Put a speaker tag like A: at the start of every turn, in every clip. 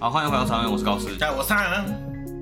A: 好，欢迎回到常人，我是高斯。
B: 在我上，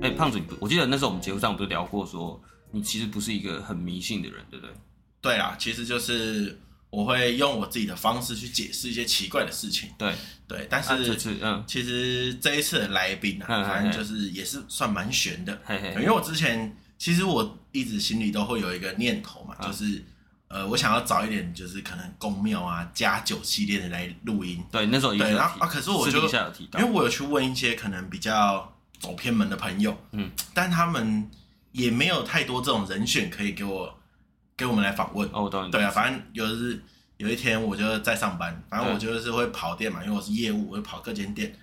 A: 哎、胖子，你不我记得那时候我们节目上不是聊过说，你其实不是一个很迷信的人，对不对？
B: 对啦，其实就是我会用我自己的方式去解释一些奇怪的事情。
A: 对，
B: 对，但
A: 啊、这
B: 是
A: 次嗯，
B: 其实这一次的来宾啊，
A: 嗯嗯哎
B: 反正就是也是算蛮悬的，
A: 嘿嘿
B: 因为我之前其实我一直心里都会有一个念头嘛，
A: 嗯
B: 就是呃，我想要找一点就是可能公庙啊、家酒系列的来录音，
A: 对，那时候也
B: 对，
A: 有
B: 然后
A: 提
B: 啊，可是我
A: 私
B: 就
A: 底下有提到
B: 因为，我有去问一些可能比较走偏门的朋友，
A: 嗯，
B: 但他们也没有太多这种人选可以给我给我们来访问。
A: 哦，我懂你，
B: 对啊，反正有日有一天我就在上班，反正我就是会跑店嘛，因为我是业务，我会跑各间店。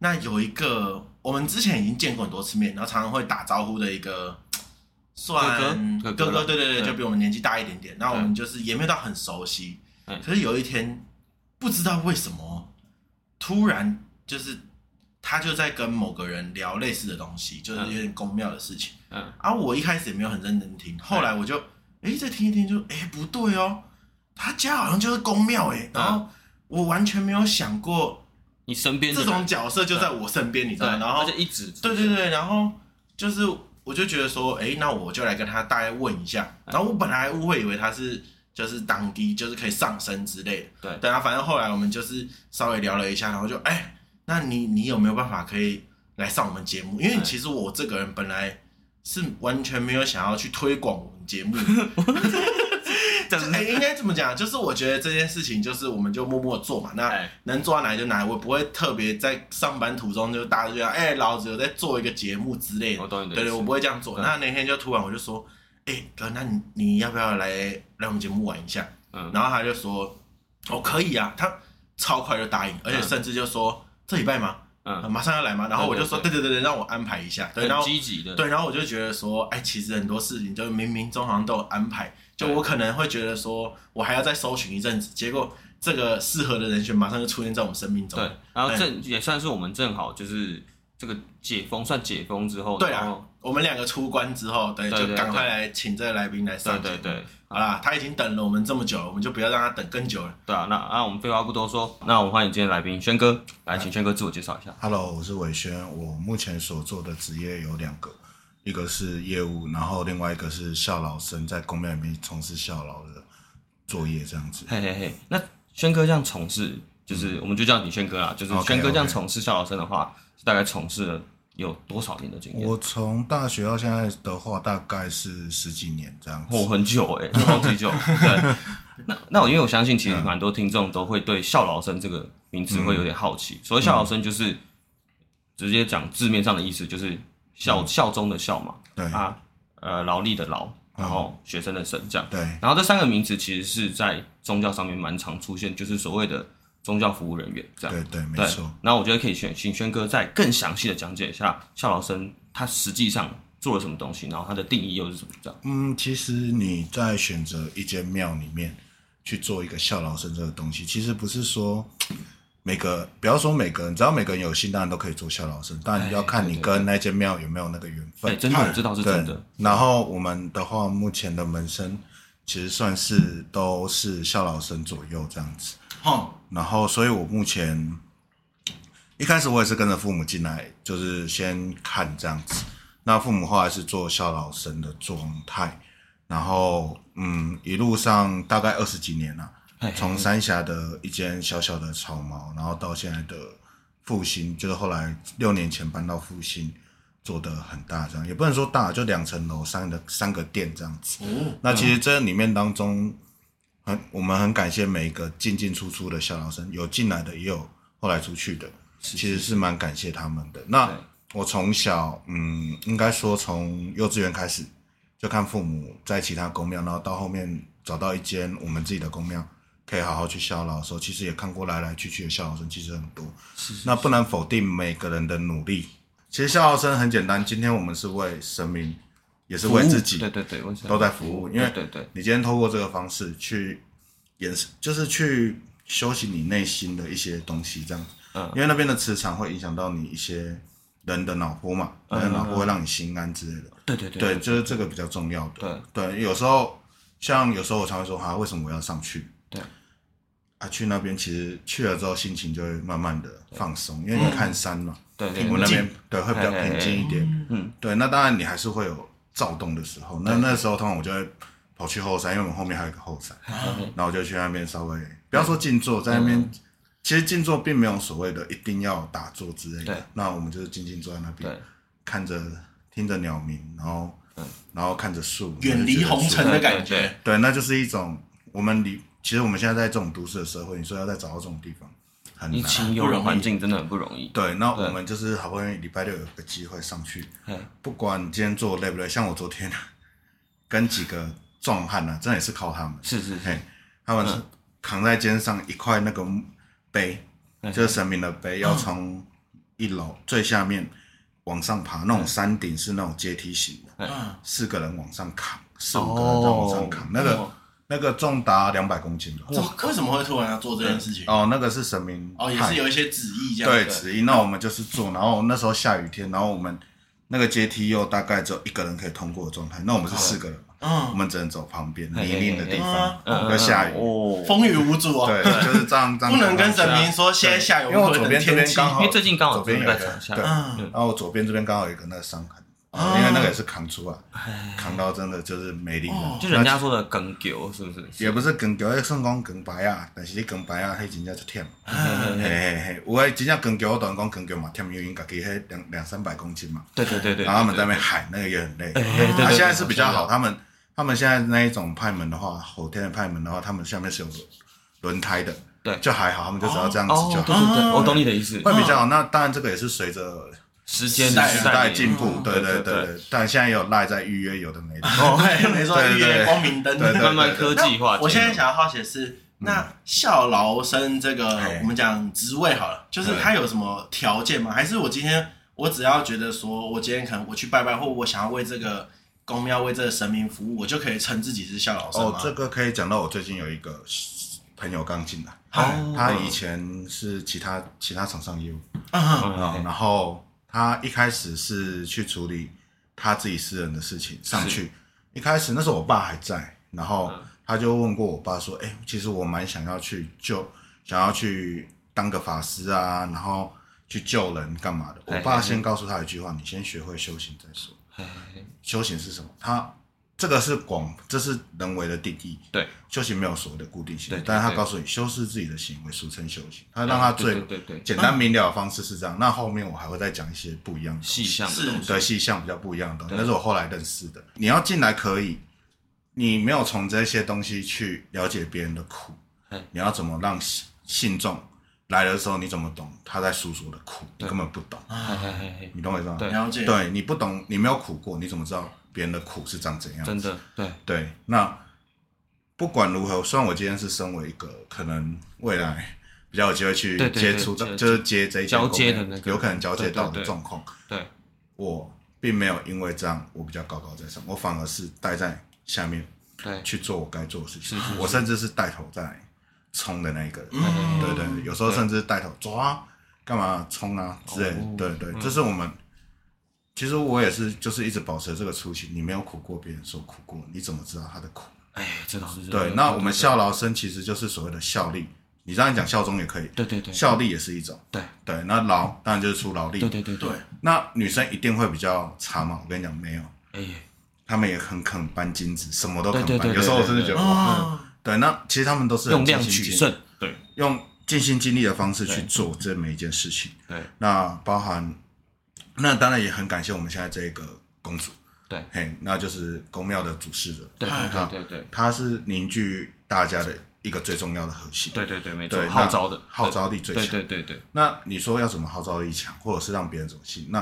B: 那有一个我们之前已经见过很多次面，然后常常会打招呼的一个。算
A: 哥哥
B: 哥
A: 哥哥啦
B: 对对对，
A: 对
B: 就比我们年纪大一点点。那我们就是也没有到很熟悉
A: 嗯，
B: 可是有一天不知道为什么，突然就是他就在跟某个人聊类似的东西，就是有点宫庙的事情。
A: 嗯，
B: 啊，我一开始也没有很认真听，后来我就哎、诶再听一听就，哎不对哦，他家好像就是公庙哎，然后我完全没有想过
A: 你身边的
B: 这
A: 人
B: 种角色就在我身边，你知
A: 对，
B: 道吗？然
A: 而
B: 后
A: 且一直
B: 对对对，然后就是我就觉得说，哎、那我就来跟他大概问一下，然后我本来误会以为他是。就是当地就是可以上升之类的，
A: 对
B: 对啊，反正后来我们就是稍微聊了一下，然后就哎、那你你有没有办法可以来上我们节目？因为
A: 嗯
B: 其实我这个人本来是完全没有想要去推广我们节目，
A: 这
B: 哎、应该怎么讲？就是我觉得这件事情就是我们就默默做嘛，那
A: 哎，
B: 能做到哪里就哪里，我不会特别在上班途中就大家就讲，哎、老子有在做一个节目之类的
A: 我，懂你的
B: 对
A: 意
B: 对，
A: 思，
B: 我不会这样做。
A: 哦对
B: 那那天就突然我就说，哎、哥，那你你要不要来来我们节目玩一下？
A: 嗯，
B: 然后他就说：“哦，可以啊。”他超快就答应，而且甚至就说：“这礼拜吗？
A: 嗯，
B: 马上要来吗？”然后我就说：“对对对对，让我安排一下。”对，然
A: 很
B: 后
A: 积极的，
B: 对，然后我就觉得说：“哎，其实很多事情就冥冥中好像都有安排。就
A: 对
B: 我可能会觉得说，我还要再搜寻一阵子，结果这个适合的人选马上就出现在我们生命中。
A: 对，然后正也算是我们正好就是这个解封，算解封之后，
B: 对
A: 然
B: 啊
A: 后，
B: 我们两个出关之后，对，
A: 对
B: 就
A: 对
B: 赶
A: 对
B: 快来请这个来宾来
A: 对
B: 上节
A: 对
B: 目。
A: 对，啊
B: 好啦，他已经等了我们这么久了，我们就不要让他等更久了。
A: 对啊，那那我们废话不多说，那我们欢迎今天来宾轩哥，来
B: 哎
A: 请轩哥自我介绍一下。
C: Hello，我是伟轩。我目前所做的职业有两个，一个是业务，然后另外一个是校老生，在公庙里面从事校老的作业这样子。
A: 嘿嘿嘿，那轩哥这样从事，就是、我们就叫你轩哥啦，就是
C: 嗯 OK，
A: 轩哥这样
C: OK
A: 从事校老生的话，大概从事了有多少年的经验？
C: 我从大学到现在的话，大概是十几年这样子。
A: 哦，很久 哎、超级久。对，那那我因为我相信，其实
C: 嗯
A: 蛮多听众都会对校老生这个名字会有点好奇。所谓校老生，就是、
C: 嗯
A: 直接讲字面上的意思，就是效、
C: 嗯
A: 效忠的效嘛，
C: 对
A: 啊，呃，劳力的劳，
C: 嗯
A: 然后学生的生这样。
C: 对
A: 然后这三个名词其实是在宗教上面蛮常出现，就是所谓的宗教服务人员这样。
C: 对对，没
A: 对
C: 错。。
A: 那我觉得可以选请轩哥再更详细的讲解一下校老生他实际上做了什么东西，然后他的定义又是什么这样。
C: 嗯，其实你在选择一间庙里面去做一个孝老生这个东西，其实不是说每个，不要说每个人，只要每个人有心，当然都可以做孝老生，但要看你跟那间庙有没有那个缘
A: 哎、
C: 分。
A: 真的，我知道是
C: 对，
A: 真的。
C: 然后我们的话，目前的门生其实算是都是孝老生左右这样子。
B: 哼，
C: 然后，所以我目前一开始我也是跟着父母进来，就是先看这样子。那父母后来是做孝老生的状态，然后嗯，一路上大概二十几年了、
A: 哎
C: 从三峡的一间小小的草茅，然后到现在的复兴，就是后来六年前搬到复兴，做的很大，这样也不能说大，就两层楼三个三个店这样子。
B: 哦，
C: 那其实这里面当中，很我们很感谢每一个进进出出的小老生，有进来的也有后来出去的，其实是蛮感谢他们的。那
A: 对
C: 我从小，嗯，应该说从幼稚园开始就看父母在其他公庙，然后到后面找到一间我们自己的公庙，可以好好去孝老的时候，其实也看过来来去去的孝老生，其实很多。那不能否定每个人的努力。其实孝老生很简单，今天我们是为神明，也是为自己，
A: 对对对，我想
C: 都在服务，因为
A: 对对对
C: 你今天透过这个方式去延伸，就是去修行你内心的一些东西，这样子。
A: 嗯
C: 因为那边的磁场会影响到你一些人的脑波嘛，
A: 嗯
C: 人的脑波会让你心安之类的。
A: 对对对
C: 对，就是这个比较重要的。
A: 对
C: 啊对，有时候像有时候我常会说，哈、为什么我要上去？
A: 对，
C: 啊，去那边其实去了之后心情就会慢慢的放松，因为
A: 嗯
C: 你看山嘛，
A: 对对
C: 我
A: 对
C: 们那边对会比较
A: 嘿嘿嘿
C: 平静一点。
A: 嗯，
C: 对，那当然你还是会有躁动的时候，那那时候通常我就会跑去后山，因为我们后面还有一个后山，
A: 嗯
C: 然后我就去那边稍微不要说静坐，在那边其实静坐并没有所谓的一定要打坐之类
A: 对
C: 的，那我们就是静静坐在那边
A: 对，嗯
C: 看着听着鸟鸣，然后然后看着树，
B: 远离红尘的感
A: 对
B: 觉
A: 对，
C: 对，那就是一种我们离，其实我们现在在这种都市的社会，你说要再找到这种地方很
A: 你
C: 难。
A: 清幽的环境真的很不容易。
C: 对，那我
A: 对
C: 们就是好不容易礼拜六有个机会上去
A: 嗯，
C: 不管你今天做得累不累，像我昨天啊跟几个壮汉啊，真的也是靠他们，
A: 是是是
C: 嘿，他们是
B: 嗯
C: 扛在肩上一块那个碑，
B: 嗯
C: 就是神明的碑，要从一楼最下面往上爬，那种山顶是那种阶梯型的，
B: 嗯，
C: 四个人往上扛，四五个人这样往上扛，那个
B: 哦
C: 那个重达两百公斤吧。
B: 怎么为什么会突然要做这件事情？
C: 哦，那个是神明
B: 哦，也
C: 派
B: 是有一些旨意这样
C: 对
B: 子，
C: 旨意。那我们就是做，然后那时候下雨天，然后我们那个阶梯又大概只有一个人可以通过的状态，那我们是四个人嘛，我
B: 嗯，
C: 们只能走旁边
A: 嘿
C: 泥泞的地
B: 嘿
C: 方，
A: 嗯，
C: 要下雨，
A: 哦，
B: 风雨无阻哦，
C: 对，就是这样这样。
B: 不能跟神明说现在下雨，
C: 啊因为我
B: 们
C: 左
B: 会等
C: 边这
B: 天
C: 边
B: 气。
C: 刚好，
A: 因为最近刚好
C: 左边有一
A: 在
C: 个
A: 长下
C: 对，
B: 嗯
C: 然后我左边这边刚好有一个那个伤痕，
B: 啊
C: 因为那个也是扛出来，扛到真的就是没力了
B: 哦。
A: 就人家说的梗球是不是？
C: 也不是更叫，算讲更白啊，但是你更白啊，迄真正就忝。
A: 嘿嘿
C: 嘿
A: 嘿
C: 嘿嘿，有诶真正更叫，我同人讲更叫嘛，忝，因为因家己迄两两三百公斤嘛，
A: 对对对对，
C: 然后他们在那边喊，那个也很累。
A: 对，哎，对对
C: 他
A: 对
C: 现在是比较好，他们他们现在那一种派门的话，后天的派门的话，他们下面是有轮胎的，
A: 对
C: 就还好，他们就只要这样子
A: 哦，
C: 就
A: 对
C: 好，
A: 对对，我懂你的意思。
C: 啊会比较好。那当然这个也是随着
A: 时间
B: 时代
C: 哦时代进
A: 步，
C: 步，对对
A: 对
C: 对对，但现在有赖在预约，有的没的。
A: 哦，
B: 对，没错，
C: 对
B: 预
C: 对
B: 约
C: 对
B: 光明灯。
C: 对对对嗯
A: 慢慢科技化
B: 那。我现在想要好奇的是，那校劳生这个
C: 哎
B: 我们讲职位好了，就是
C: 嗯
B: 他有什么条件吗？还是我今天我只要觉得说，我今天可能我去拜拜，或我想要为这个公庙为这个神明服务，我就可以称自己是校劳生
C: 哦
B: 吗，？
C: 这个可以讲到我最近有一个朋友刚进来，
A: 哦
C: 他以前是其他其他厂商业务，
B: 嗯
A: 嗯
C: 然后他一开始是去处理他自己私人的事情上去。一开始那时候我爸还在，然后
A: 嗯
C: 他就问过我爸说：“哎、其实我蛮想要去救，想要去当个法师啊，然后去救人干嘛的。”
A: 嘿
C: 我
A: 嘿
C: 爸
A: 嘿
C: 先告诉他一句话：“你先学会修行再说。
A: 嘿嘿嘿
C: 修行是什么？他这个是广，这是人为的定义。
A: 对，
C: 修行没有所谓的固定性
A: 对，
C: 但是他
A: 对啊
C: 告诉你修饰自己的行为，俗称修行。他让他
A: 对
C: 最
A: 对对对
C: 简单明了的方式是这样。那后面我还会再讲一些不一样的东西
A: 细项的东西，
C: 对细项比较不一样的东西，
A: 对
C: 那是我后来认识的。你要进来可以，你没有从这些东西去了解别人的苦
A: 嗯，
C: 你要怎么让信信众来的时候，你怎么懂他在诉说的苦？你根本不懂，
A: 嘿嘿嘿嘿，
C: 你懂我意思吗？
A: 对
B: 了解。
C: 对你不懂，你没有苦过，你怎么知道别人的苦是长怎样？
A: 真的对，
C: 对，那不管如何，虽然我今天是身为一个可能未来比较有机会去
A: 对对对
C: 接触到，
A: 接
C: 就是接这一间
A: 交接的
C: 公司
A: 那个
C: 有可能交接到
A: 对对
C: 的
A: 对
C: 状况，
A: 对
C: 我并没有因为这样我比较高高在上，我反而是待在下面
A: 对，
C: 去做我该做的事情，
A: 是是是
C: 我甚至是带头在冲的那一个人，
B: 嗯
C: 对对，有时候甚至带头走啊，干嘛冲啊之类的，
A: 哦
C: 对对，这是我们。其实我也是，就是一直保持这个初心。你没有苦过，别人说苦过，你怎么知道他的苦？
A: 哎，这倒是
C: 对，那我们效劳生其实就是所谓的效力，你这样讲效忠也可以，
A: 对对对
C: 效力也是一种。
A: 对
C: 对，那劳当然就是出劳力。
A: 对对对
B: 对，
C: 那女生一定会比较差嘛？我跟你讲，没有，
A: 哎，
C: 她们也很肯搬金子，什么都肯搬。
A: 对对对对
C: 有时候我真的觉得哇，
B: 哦，
C: 对，那其实她们都是很
A: 用量
C: 尽心
A: 取
C: 尽，
A: 胜，对
C: 用尽心尽力的方式去
A: 对
C: 做这每一件事情。
A: 对
C: 那包含，那当然也很感谢我们现在这个公主，
A: 对
C: 嘿，那就是公庙的主事者，
A: 对
B: 哎
A: 对对对
C: 她是凝聚大家的一个最重要的核心。
A: 对对对，没错
C: 对，，
A: 号
C: 那
A: 召的
C: 号，召力最
A: 对
C: 强。
A: 对对对
C: 那你说要怎么号召力强，或者是让别人怎么信？那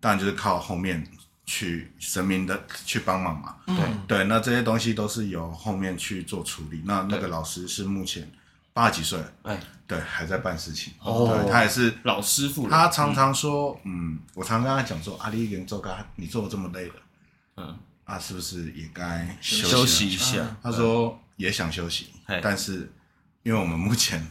C: 当然就是靠后面去神明的去帮忙嘛。
B: 嗯
A: 对对，
C: 对，那这些东西都是由后面去做处理。那那
A: 对
C: 个老师是目前八十几岁了，
A: 哎，
C: 对，还在办事情。
A: 哦
C: 对他也是，
A: 老师傅了，
C: 他常常说，嗯，我常跟他讲说，阿力已经做干，你做得这么累了，
A: 嗯，
C: 啊，是不是也该休息了
A: 休息一下，
C: 他说也想休息
A: 嘿，
C: 但是因为我们目前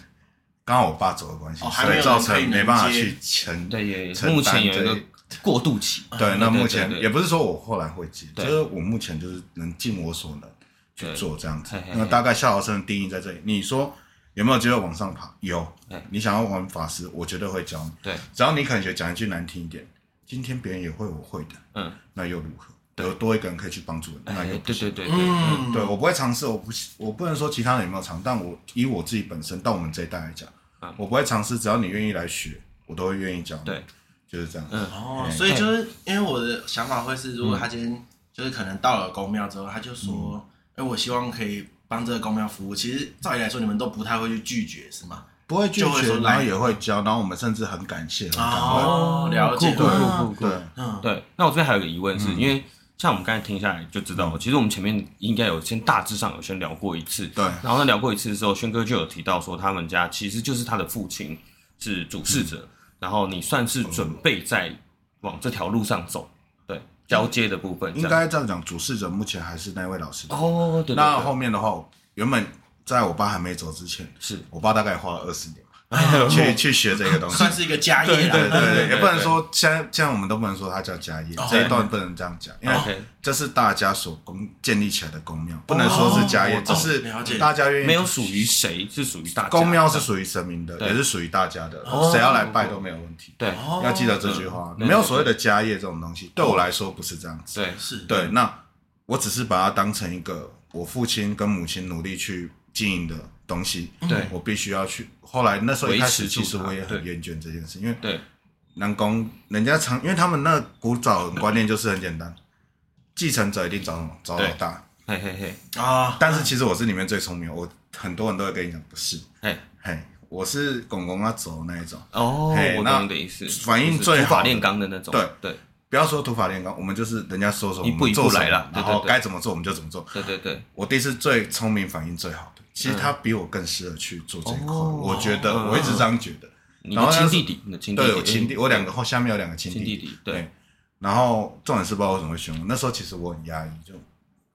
C: 刚好我爸走的关系，
B: 哦还没有
C: 所以
B: 人
C: 造
B: 可以
C: 成
B: 连
C: 没办法
B: 接
C: 去承
A: 对，也
C: 承担
A: 目前有一
C: 这
A: 个过渡期，
C: 对。那
A: 啊对
C: 目
A: 对
C: 前
A: 对对
C: 也不是说我后来会接，
A: 对
C: 就是我目前就是能尽我所能去
A: 对
C: 做这样子
A: 嘿嘿。嘿
C: 那大概夏老生的定义在这里。你说有没有机会往上爬？有
A: 哎，
C: 你想要玩法师，我绝对会教你。
A: 对，
C: 只要你肯学，讲一句难听一点，今天别人也会我会的，
A: 嗯，
C: 那又如何？有多一个人可以去帮助人，那
A: 哎
C: 又
A: 对
C: 不
A: 对
C: 行
A: 对对，嗯
B: 嗯，
C: 对，我不会尝试，我不我不能说其他人有没有尝，但我以我自己本身，到我们这一代来讲
A: 嗯，
C: 我不会尝试，只要你愿意来学，我都会愿意教你。
A: 对，
C: 就是这样。
A: 嗯
B: 哦，
C: 哎对嗯
B: 所以就是因为我的想法会是，如果他今天就是可能到了公庙之后，他就说，哎，我希望可以帮这个公庙服务。其实照理来说，你们都不太会去拒绝，是吗？
C: 不会拒
B: 就会
C: 绝
B: 说，来
C: 然后也会教，然后我们甚至很感谢，很感恩。
B: 哦，了解，
A: 酷酷酷
B: 嗯
A: 酷酷，
C: 对，
B: 嗯，
A: 啊对，那我这边还有一个疑问是，
C: 嗯
A: 因为像我们刚才听下来就知道，其实我们前面应该有先大致上有先聊过一次。
C: 对
A: 然后呢，聊过一次之后，轩哥就有提到说，他们家其实就是他的父亲是主事
C: 嗯
A: 者，然后你算
C: 哦
A: 是准备在往这条路上走，对，交接的部分这
C: 应
A: 样
C: 该这样讲，主事者目前还是那位老师。
A: 哦，对对
C: 那
A: 对
C: 后面的话，原本在我爸还没走之前，
A: 是
C: 我爸大概花了二十年
A: 哦
C: 嘛去去学这个东西。
B: 算是一个家
C: 对
B: 业
C: 对对
B: 啦。
C: 对，也不能说现在现在我们都不能说它叫家业
B: 哦，
C: 这一段不能这样讲，因为
A: OK
C: 这是大家所公建立起来的公庙，不能说是家业，
B: 我
C: 只
B: 懂了
C: 是
B: 解
C: 大家愿意
A: 没有属于谁，是属于大家
C: 公庙
A: 这
C: 是
A: 样
C: 属于神明的，
A: 对
C: 也是属于大家的
A: 哦，
C: 谁要来拜都没有问题。
A: 对
B: 哦
C: 要记得这句话，
A: 对
C: 没有所谓的家业这种东西，对我来说不是这样子。
A: 对
B: 是，
C: 对，那我只是把它当成一个我父亲跟母亲努力去经营的东西。
A: 对
C: 我必须要去。后来那时候一开始，
A: 维持住它
C: 其实我也很
A: 对
C: 厌倦这件事，因为
A: 对
C: 南宫人家常，因为他们那古早的观念就是很简单，继承者一定找找老
A: 对
C: 大。
A: 嘿嘿嘿，
B: 啊，
C: 但是其实我是里面最聪明的，我很多人都会跟你讲不是，
A: 嘿，
C: 嘿，我是公公要走那一种。
A: 哦，
C: 嘿
A: 我
C: 那
A: 懂你的意思，
C: 反应最好的
A: 就是土法炼钢的那种，
C: 对
A: 对
C: 不要说土法炼钢，我们就是人家说什么
A: 一步一步
C: 我们做什么
A: 来啦对
C: 然
A: 对
C: 后
A: 对
C: 该怎么做我们就怎么做。
A: 对对对，
C: 我弟是最聪明、反应最好的，其实他比我更适合去做这一块。
A: 哦
C: 我觉得
A: 嗯
C: 我一直这样觉得。
A: 你
C: 然
A: 的
C: 后
A: 亲
C: 那
A: 弟
C: 是
A: 弟，你的亲弟弟，
C: 对，有亲弟，我两个后下面有两个亲
A: 亲弟
C: 弟。
A: 弟，嗯对，
C: 然后重点是不知道为什么会选我，那时候其实我很压抑，就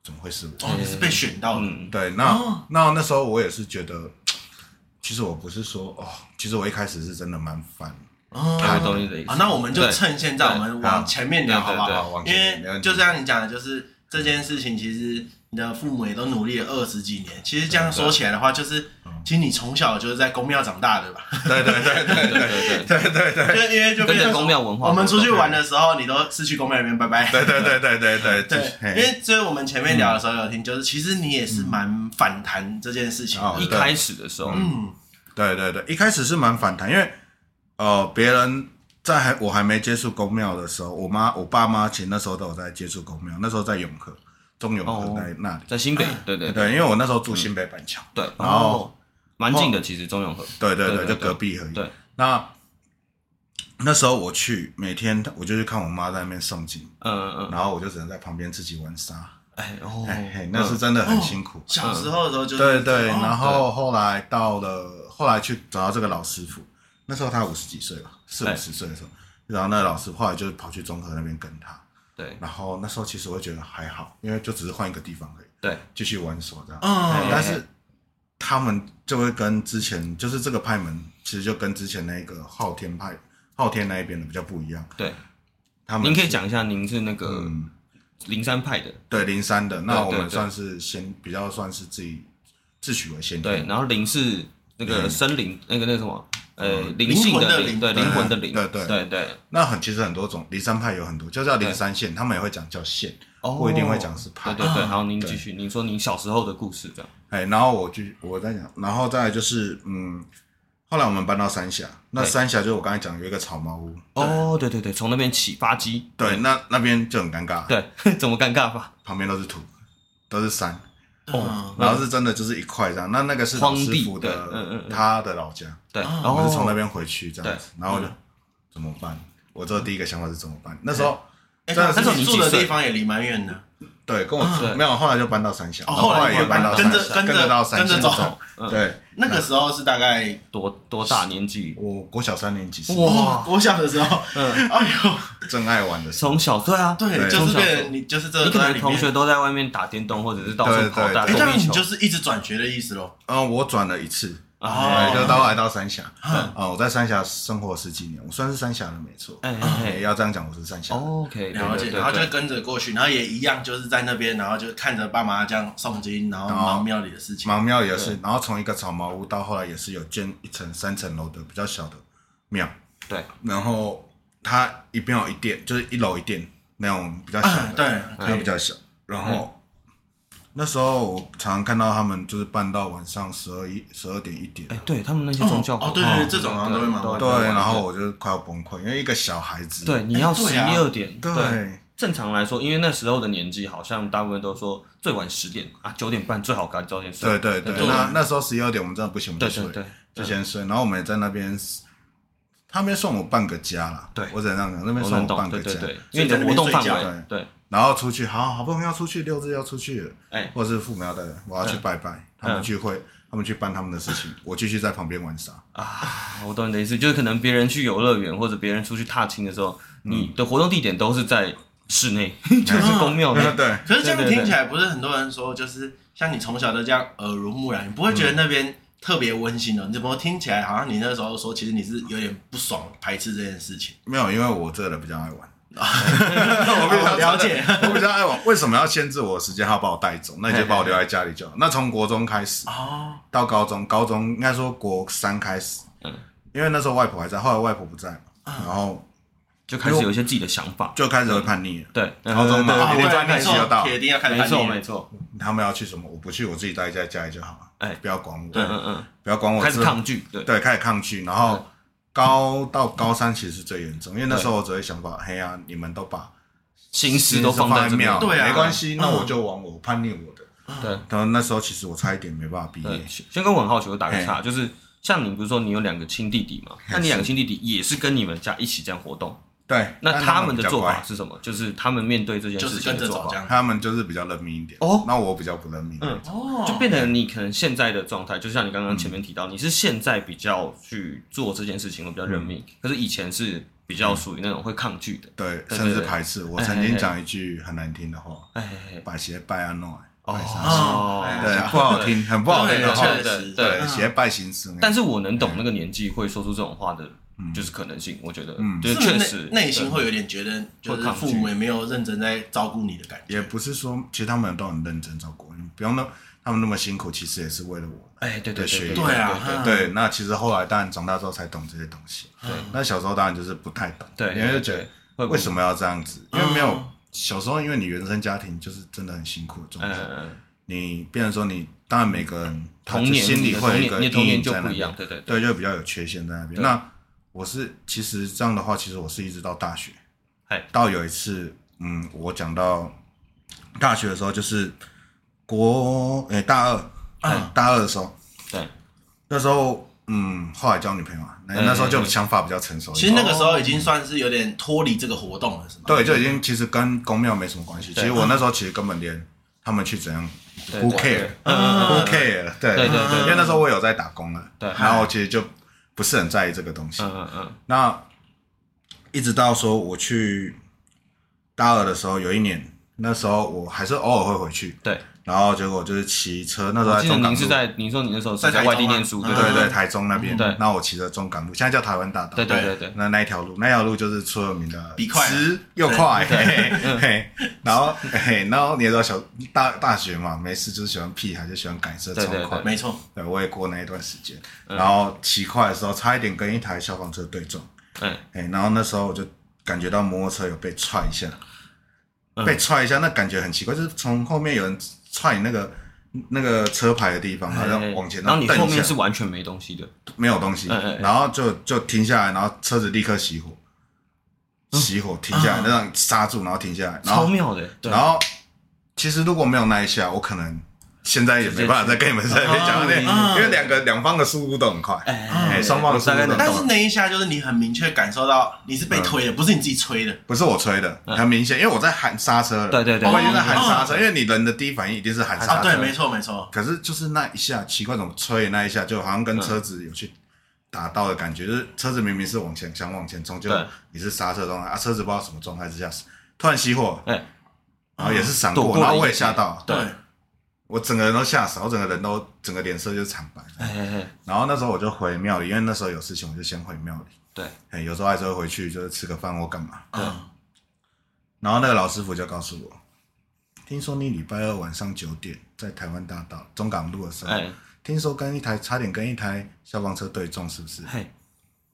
C: 怎么会是我？
B: 哦，你是被选到的，
A: 嗯，
C: 对，那、
B: 哦
C: 那那时候我也是觉得，其实我不是说哦，其实我一开始是真的蛮烦。
B: 哦
A: 他懂你的意思
B: 啊，那我们就
A: 对
B: 趁现在我们
C: 对好
B: 往前面聊好不
A: 对对
B: 好
A: 对？
C: 往
B: 因
C: 前没
B: 为
C: 问题
B: 就像你讲的，就是这件事情，其实你的父母也都努力了二十几年。其实这样说起来的话，就是其实你从小就是在公庙长大的吧？
C: 对对对对
A: 对对对，
C: 对对对对
B: 就 因为就
A: 跟
B: 变
A: 着
B: 成
A: 公庙文化
B: 我们出去玩的时候，你都是去公庙里面拜拜。
C: 对对对对对
B: 对
C: 对，
B: 因
C: 嘿
B: 为所以我们前面聊的时候有听，就是其实你也是蛮反弹这件事情的。
C: 哦
A: 一开始的时候，
B: 嗯，
C: 对对对，一开始是蛮反弹，因为呃，别人在还我还没接触公庙的时候，我妈我爸妈其实那时候都有在接触公庙，那时候在永和中永和
A: 哦
C: 那、那里，
A: 在新北，对对
C: 对，因为我那时候住新北板桥，
A: 对，
C: 然后哦
A: 蛮近的，其实中永和，
C: 对
A: 对
C: 对对，
A: 对
C: 就
A: 对
C: 隔壁而已。
A: 对，
C: 那那时候我去，每天我就去看我妈在那边诵经，
A: 嗯嗯，
C: 然后我就只能在旁边自己玩沙，
A: 哎哦
C: 嘿嘿，那是真的很辛苦。
B: 小时候的时候就是
C: 对对，
B: 哦
C: 然后后来到了，后来去找到这个老师傅，那时候他五十几岁吧，四
A: 对
C: 五十岁的时候，然后那个老师后来就跑去中和那边跟他，
A: 对
C: 然后那时候其实我觉得还好，因为就只是换一个地方而已，
A: 对，哦
C: 继续玩耍这样。哎
B: 嗯
C: 但是他们就会跟之前就是这个派门，其实就跟之前那个昊天派昊天那一边的比较不一样。
A: 对，
C: 他们
A: 您可以
C: 是
A: 讲一下您是那个
C: 嗯
A: 灵山派的，
C: 对零三的，那
A: 对
C: 我
A: 对
C: 们
A: 对
C: 算是先比较算是自己自诩为先
A: 对，
C: 天。
A: 然后灵是那个
C: 嗯
A: 森林，那个那个什么，呃，
C: 嗯
A: 灵性
B: 灵魂的
A: 灵，
B: 灵
A: 对，
B: 对
A: 灵魂的灵，
C: 对
A: 对
C: 对
A: 对，
C: 那很其实很多种，零三派有很多，就叫零三线，他们也会讲叫线，
A: 哦
C: 不一定会讲是派
A: 对。对对，
B: 啊
A: 好，您继续，您说您小时候的故事这样，
C: 哎，然后我就我在讲，然后再来就是嗯，后来我们搬到三峡，那
A: 对
C: 三峡就是我刚才讲有一个草茅屋，
A: 哦，对对对，从那边起发机，
C: 对，那那边就很尴尬，
A: 对， 怎么尴尬法？
C: 旁边都是土，都是山，
B: 嗯
C: 然后是真的就是一块这样。那那个是老师傅
A: 荒地
C: 的
A: 对嗯嗯嗯
C: 他的老家，
A: 对，
B: 啊
A: 然
C: 我
A: 后
C: 是从那边回去这样子，然后我就
A: 嗯
C: 怎么办？我这第一个想法是怎么办？那时候
B: 哎
C: 真的
B: 但
C: 是
B: 是
A: 你
B: 你
A: 几
B: 住的
A: 岁
B: 地方也离蛮远的。
C: 对，跟我
A: 对
C: 没有，后来就搬到三峡，
B: 啊哦
C: 然后
B: 后来
C: 来也搬到
B: 跟着跟
C: 三峡
B: 着
C: 跟到三峡
B: 跟着走嗯
C: 对，
B: 那个时候是大概
A: 多多大年纪？
C: 我国小三年级是
A: 哇
B: 哇，我小的时候，
A: 嗯
B: 哎呦，
C: 真爱玩的时候，
A: 从小对啊，
B: 对，
C: 对
B: 就
A: 从
B: 是
A: 小
B: 变成你就是这
A: 你
B: 个
A: 可
B: 在
A: 能
B: 里
A: 同学
B: 面。
A: 都在外面打电动，或者是到处跑大
C: 对
B: 哎，
A: 躲
B: 那
A: 避
B: 你
A: 球
B: 就。是一直转学的意思喽？
C: 呃嗯，我转了一次，
B: 哦
C: 哎，就
A: 哎
C: 到后来到三峡
B: 嗯
C: 啊，我在三峡生活十几年，我算是三峡人没错。
A: 哎
C: 哎，
A: 哎
C: 要这样讲，我是三峡人。
B: 哦
A: ，OK，
B: 了解，
A: 对对
B: 然后就
A: 对，
B: 跟着过去，然后也一样，就是在那边，然后就看着爸妈这样诵经，然后
A: 哦
C: 然后
B: 忙庙里的事情。
C: 盲庙也是，然后从一个草茅屋到后来也是有建一层三层楼的比较小的庙，
A: 对，
C: 然后它一边有一店，就是一楼一店那种比较小
B: 啊
C: 的，，
B: 对，
C: 它比较小。然
A: 嗯
C: 后那时候我常常看到他们就是办到晚上十二一十二点一点，
A: 哎，对他们那些宗教
B: 哦
A: 活
B: 哦
A: 动，啊
B: 对对对这种好像都会蛮
C: 对，然后我就快要崩溃，因为一个小孩子，
A: 对你要
B: 哎
A: 十
B: 对
A: 一
B: 啊
A: 二点，
C: 对，
A: 正常来说，因为那时候的年纪，好像大部分都说最晚十点啊，九点半最好赶早点睡。
C: 对对对，
B: 对
C: 那那时候十一二点我们真的不行，我们
A: 对
C: 就睡
A: 对，对，
C: 就先睡。然后我们也在那边，他们送我半个家啦，
A: 对
C: 我只能这样讲，那边
A: 我
C: 送
A: 能
C: 我
A: 懂，
C: 半
A: 对
C: 个
A: 对
C: 家。
A: 对，因为你的活动范围，对，
C: 然后出去，好好不容易要出去，六日要出去了，
A: 哎
C: 或者是父母要带人，我要
A: 嗯
C: 去拜拜，他们聚会，他们去办他们的事情，我继续在旁边玩耍。
A: 啊，我懂你的意思，就是可能别人去游乐园或者别人出去踏青的时候，你的活动地点都是在室内，就是公庙内。
C: 对对，
B: 可是这样
A: 对对对
B: 听起来，不是很多人说，就是像你从小都这样耳濡目染，你不会觉得那边特别温馨哦
A: 嗯
B: 的？你怎么听起来好像你那时候说，其实你是有点不爽、排斥这件事 情？
C: 没有，因为我这个人比较爱玩，
A: 哦
B: 我
C: 比较
B: 了解。
C: 我比较爱玩。为什么要限制我的时间？他要把我带走，那你就把我留在家里就好。那从国中开始
B: 哦，
C: 到高中，高中应该说国三开始，
A: 嗯啊
C: 因为那时候外婆还在，后来外婆不在嘛，然后
A: 就开始有一些自己的想法。
C: 就开始会叛逆了。
A: 对，
C: 高中嘛
A: 对
B: 啊
A: 对
C: 一定
B: 对
C: 专
B: 没
C: 业需要到
B: 错，铁定要看
A: 对没错
B: 叛逆
A: 没错，
C: 他们要去什么，我不去，我自己待在家里就好了。
A: 哎
C: 不要管我，
A: 对嗯
C: 不要管
A: 嗯，
C: 我。
A: 开始抗拒，对
C: 对，开始抗拒，然后高到高三其实是最严重，因为那时候我只会想法，嘿呀、你们都把
A: 心思都放在
C: 在
A: 这边
C: 庙，
B: 对啊
C: 没关系，
B: 嗯
C: 那我就玩我叛逆我的。
A: 对。
C: 然后那时候其实我差一点没办法毕业
A: 对，，先跟我很好奇，我打个岔，就是像你不是说你有两个亲弟弟嘛？那你两个亲弟弟也是跟你们家一起这样活动，
C: 对，
A: 那
C: 但
A: 他
C: 们
A: 们的
C: 比较
A: 做法
C: 乖，
A: 是什么？就是他们面对这件
B: 就
A: 事
B: 是
A: 情
B: 跟
A: 的
B: 着
A: 做
B: 走这
A: 法，
B: 样。
C: 他们就是比较认命一点。
A: 哦
C: 那我比较不认命。嗯，
B: 哦
A: 就变成你可能现在的状态，就像你刚刚前面提
C: 嗯
A: 到，你是现在比较去做这件事情，会比较认
C: 嗯
A: 命，可是以前是比较属于那种会抗拒的。
C: 对，
A: 对
C: 甚至
A: 对
C: 排斥。我
A: 哎
C: 曾
A: 哎
C: 经
A: 哎
C: 讲一句很难听的话，
A: 哎哎，
C: 把鞋拜安诺，
A: 哎
C: 拜啥？
A: 哦
B: 哎
C: 对，啊不好听， 很不好听的话。
A: 对
B: 对确实
A: 对
C: 对，鞋拜行事。
A: 但是我能懂那个年纪会说出这种话的，就是可能性，我觉得，
C: 嗯
A: 就是
B: 不是
A: 确
B: 内
A: 实
B: 内心会有点觉得，就
A: 会
B: 是
A: 抗拒
B: 父母也没有认真在照顾你的感
C: 也
B: 觉。
C: 不是说，其实他们都很认真照顾我，你不用那他们那么辛苦，其实也是为了我。
A: 哎，对对
C: 的学
A: 对
C: 历
B: 对啊嗯
C: 对，那其实后来当然长大之后才懂这些东西。
A: 对
C: 那小时候当然就是不太懂，
A: 嗯对，
C: 因为就觉得
A: 得
C: 为什
A: 么？
C: 么要这样子？因为没有
B: 嗯
C: 小时候，因为你原生家庭就是真的很辛苦的状
A: 嗯
C: 态，
A: 嗯嗯。
C: 你变成说你当然每个人他
A: 童年
C: 心
A: 你
C: 里
A: 的
C: 会有一
A: 童
C: 个
A: 年你的童
C: 阴
A: 年
C: 影
A: 就
C: 在那
A: 不一样，
C: 边，
A: 对对对，
C: 对，就比较有缺陷在那边。
A: 对
C: 那我是其实这样的话，其实我是一直到大学
A: 嗨，
C: 到有一次，嗯，我讲到大学的时候，就是国诶、大二，
B: 嗯
C: 大二的时候，
A: 对，
C: 那时候，嗯，后来交女朋友啊，那
A: 嗯
C: 那时候就想法比较成熟一
B: 其实
C: 点。
B: 那个时候已经算是有点脱离这个活动了，是吗？
C: 哦对，就已经其实跟公庙没什么关系。其
A: 对啊
C: 实我那时候其实根本连他们去怎样
A: 对
C: ，who
A: 对
C: care，
A: 对嗯
C: who care，对
A: 对对对
C: 因为那时候我有在打工了，
A: 对
C: 然后我其实就不是很在意这个东西。
A: 嗯嗯嗯，
C: 那一直到说我去大二的时候，有一年，那时候我还是偶尔会回去，
A: 对。
C: 然后结果就是骑车，那时候
A: 我
C: 在
A: 记得
C: 中港
A: 您
C: 路
A: 是，在，您说你那时候是
B: 在台
A: 在
B: 中
A: 外
B: 啊
A: 地念书，对
B: 嗯
C: 对对，
A: 对
C: 台中那
A: 嗯
C: 边
A: 对，
C: 那我骑着中港路，现在叫台湾大道，
A: 对对对对，
C: 那那一条路，那条路就是出了名的
B: 比
A: 啊
B: 快
C: 直又快，嘿
A: 嗯
C: 嘿嘿，然后嘿，然后你也知道小大大学嘛，没事就是喜欢屁孩，就喜欢改车超
A: 对对
C: 快，
B: 没错，
C: 对我也过那一段时间，然后骑快的时候差一点跟一台消防车对撞，
A: 嗯，
C: 哎，然后那时候我就感觉到摩托车有被踹一下，
A: 嗯
C: 被踹一下，那感觉很奇怪，就是从后面有人踹你那个那个车牌的地方，然后
A: 哎哎
C: 往前，
A: 然后你后
C: 蹬一
A: 面
C: 下
A: 是完全没东西的，
C: 没有东西，
A: 哎哎哎
C: 然后就就停下来，然后车子立刻熄火，
A: 嗯
C: 熄火停
A: 啊
C: 下来，那让刹住，然后停下来，然
A: 超
C: 后
A: 妙的，对
C: 然后其实如果没有那一下，我可能现在也没办法再跟你们在那边讲了，
B: 嗯
C: 因为两个两方的速度都很快，
A: 啊哎
C: 哎双方
A: 我
C: 的速
A: 大概
C: 度都
A: 能
B: 但
C: 很
B: 是
C: 快，
B: 那一下就是你很明确感受到你
C: 嗯
B: 是被推的，不是你自己吹的。
C: 不是我吹的，很明显，因为我在喊刹车了，
A: 对对对
C: 我已经在喊刹车，
B: 哦
C: 因为你人的第一反应一定是喊刹
B: 啊，
C: 车
B: 对，，没错没错，
C: 可是就是那一下，奇怪，怎么吹的那一下，就好像跟车子有去打到的感觉，就是车子明明是往前想往前冲，就
A: 对
C: 你是刹车状态啊，车子不知道什么状态之下，突然熄火，
A: 哎，
C: 然后也是闪
A: 躲
C: 过，
A: 过了
C: 然后
A: 一
C: 我
A: 哎
C: 也
A: 个
C: 吓到，
B: 对，
C: 我整个人都吓死，我整个人都整个脸色就惨白。
A: 哎哎哎，
C: 然后那时候我就回庙里，因为那时候有事情，我就先回庙里。
A: 对
C: 哎，有时候还是会回去，就是吃个饭或干嘛。
B: 嗯，
C: 然后那个老师傅就告诉我，听说你礼拜二晚上九点在台湾大道中港路的时候，
A: 哎
C: 听说跟一台差点跟一台消防车对撞，是不是？
A: 嘿，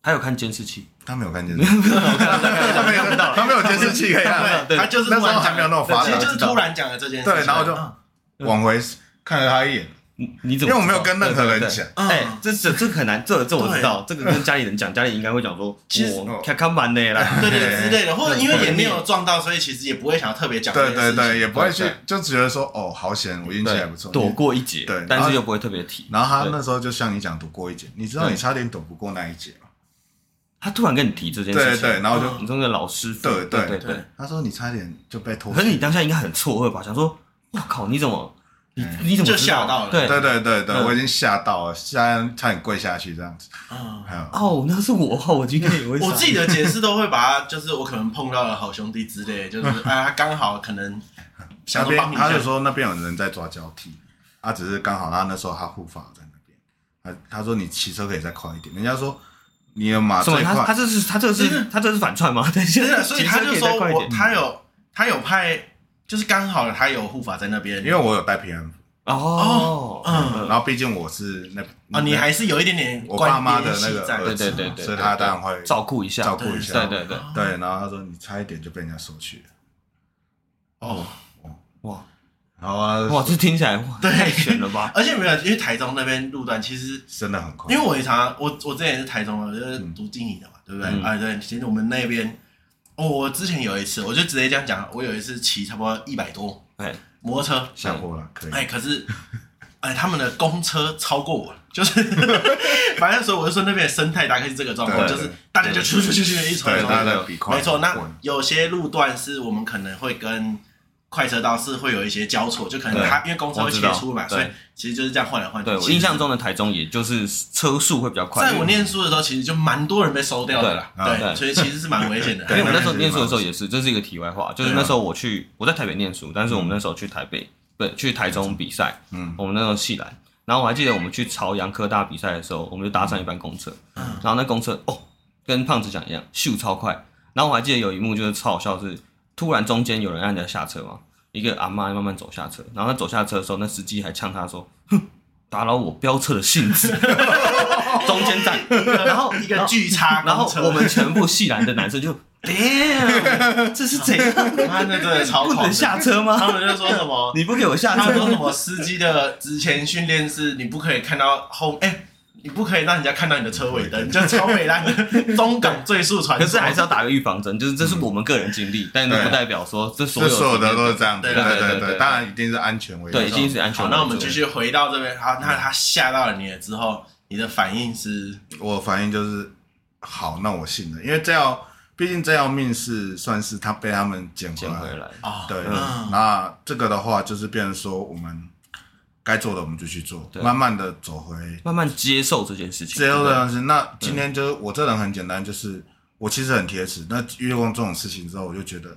A: 还有看监视器，
C: 他没有看监视器， 他没有看到，他没有监视器可以看。
B: 对，他就是
C: 那时
B: 突然
C: 候
B: 讲
C: 还没有那么发
B: 其
C: 达
B: 实，就是突然讲了这件事情。
C: 对，然后就
B: 嗯
C: 往回看了他一眼，
A: 你你怎
C: 因
A: 么知道？
C: 为我没有跟任何人
A: 对对对
C: 讲
B: 嗯
A: 哎，这这这个很难，这这我知道，这个跟家里人讲，家里应该会讲 说，
B: 其实
C: 哦
A: 我看看满的啦，
B: 嗯对对对之类的，或者因为
A: 对
B: 也没有撞到，所以其实也不会想要特别讲这
C: 对
B: 件事
C: 对
B: 情。
C: 对，也不会
A: 对
C: 去
A: 对，
C: 就只觉得说哦，好险，我运气还不错。
A: 躲过一劫，
C: 对
A: 但
C: 然后
A: 是又不会特别提。
C: 然后他
A: 对
C: 那时候就像你讲躲过一劫，你知道
A: 对
C: 你差点躲不过那一劫吗？
A: 他突然跟你提这件事
C: 对
A: 情，
C: 对，然后我就
A: 你中的老师傅，
C: 对
A: 对
C: 对
A: 对
B: 对。
C: 他说你差点就被拖。
A: 可是你当下应该很错愕吧？想说，我靠，你怎么，你你怎么
B: 嗯就
A: 知道
B: 吓到了
A: 对
C: 对对对对，
A: 嗯
C: 我已经吓到了，吓差点跪下去这样子。
B: 嗯，
C: 还有
A: 哦，那是我，我今天也会傻。
B: 我自己的解释都会把它，就是我可能碰到了好兄弟之类的， 就是啊，他刚好可能想
C: 那
B: 说帮
C: 边
B: 你一
C: 他
B: 下
C: 就。说那边有人在抓交替，啊，只是刚好他那时候他护法在那边，他他说你骑车可以再快一点，人家说你的马
A: 什
C: 最
A: 么？他他
C: 快，
A: 这是他这是他这是反串吗？对，
B: 真的，啊所以他就
A: 其实可再
B: 说
A: 快一
B: 我
A: 点
B: 他有他有派，就是刚好他有护法在那边，
C: 因为我有带平安符，
A: 哦，
B: 嗯
A: 嗯，
C: 然后毕竟我是那
B: 啊，你还是有一点点
C: 我爸妈
B: 关
C: 的
B: 联
C: 那
B: 系
C: 个
B: 在
C: 儿
A: 对
C: 子
A: 对
C: 嘛
A: 对对，
C: 所以
A: 对
C: 他
A: 对
C: 当然会
A: 照顾一下，
C: 照顾一下
A: 对对对，
C: 对，然后他说你差一点就被人家收去了，
B: 哦，
A: 哇
C: 然后他就说
A: 哇，这听起来哇
B: 对
A: 太悬了吧？
B: 而且没有，因为台中那边路段其实
C: 真的很快，
B: 因为我也常常，我我之前也是台中的，就是读经理的嘛，对不对？
A: 嗯
B: 哎，对，其实我们那边，哦，我之前有一次，我就直接这样讲，我有一次骑差不多一百多
A: 哎，
B: 摩托车，
C: 下坡了，可以，
B: 哎，可是，哎，他们的公车超过我，就是 反正所以我就说那边的生态大概是这个状况，
C: 对
B: 就是大家就出去去去一传
C: 对，
B: 一
C: 大家
B: 传，
C: 在比快，
B: 没错。那有些路段是我们可能会跟快车道是会有一些交错，就可能
A: 对
B: 它因为公车
A: 我
B: 会
A: 知
B: 切
A: 道
B: 出嘛，
A: 对
B: 所以其实就是这样换来换去。
A: 对我印象中的台中，也就是车速会比较快。
B: 在我念书的时候，其实就蛮多人被收掉的啦，
C: 对
B: 对，
A: 啊对
B: 所以其实是蛮危险的。
A: 因为我
C: 对
A: 那时候念书的啊时候也是，这是一个题外话，就是那时候我去我在台北念书，但是我们那时候去台北，不去台中比赛，
C: 嗯，
A: 我们那时候系篮，然后我还记得我们去朝阳科大比赛的时候，我们就搭上一班公车，然后那公车哦，跟胖子讲一样，咻超快，然后我还记得有一幕就是超好笑是，突然中间有人让人家下车嘛，一个阿妈慢慢走下车，然后他走下车的时候，那司机还呛他说，哼，打扰我飙车的兴 致，中间站， 然后
B: 一个巨差
A: 然后
B: 公车，
A: 我 们全部系篮的男生就，damn，这是 怎样？
B: 他那真的超
A: 不
B: 狂
A: 能
B: 的，
A: 下车吗？
B: 他们就说什么，
A: 你不给我 下
B: 他们说
A: 车
B: 什么司机的职前训练是你不可以看到后，哎，你不可以让人家看到你的车尾灯，就超北烂的中港最速传
A: 可
B: 说，
A: 是还是要打个预防针，就是这是我们个人经历，但
C: 对
A: 不代表说这所
C: 这
A: 有
C: 所有的
A: 经
C: 都
A: 验
C: 是这样子，
B: 对
C: 对
A: 对对对
C: 对，
A: 对
C: 当然一定是安全为主，
A: 对，已经是安全
B: 好，
A: 了。
B: 那我们继续回到这边，好，那他吓到了你了之后，你的反应是，
C: 我反应就是好，那我信了，因为这要，毕竟这要命是算是他被他们捡回
A: 捡
C: 来。
A: 回来。
B: 哦，
C: 对，
B: 嗯
C: 那这个的话就是变成说我们该做的我们就去做，
A: 对
C: 慢慢的走回
A: 慢慢接受这件事情，
C: 这样
A: 对
C: 的是。
A: 嗯
C: 那今天就是我这人很简单，就是我其实很铁齿。那遇过这种事情之后，我就觉得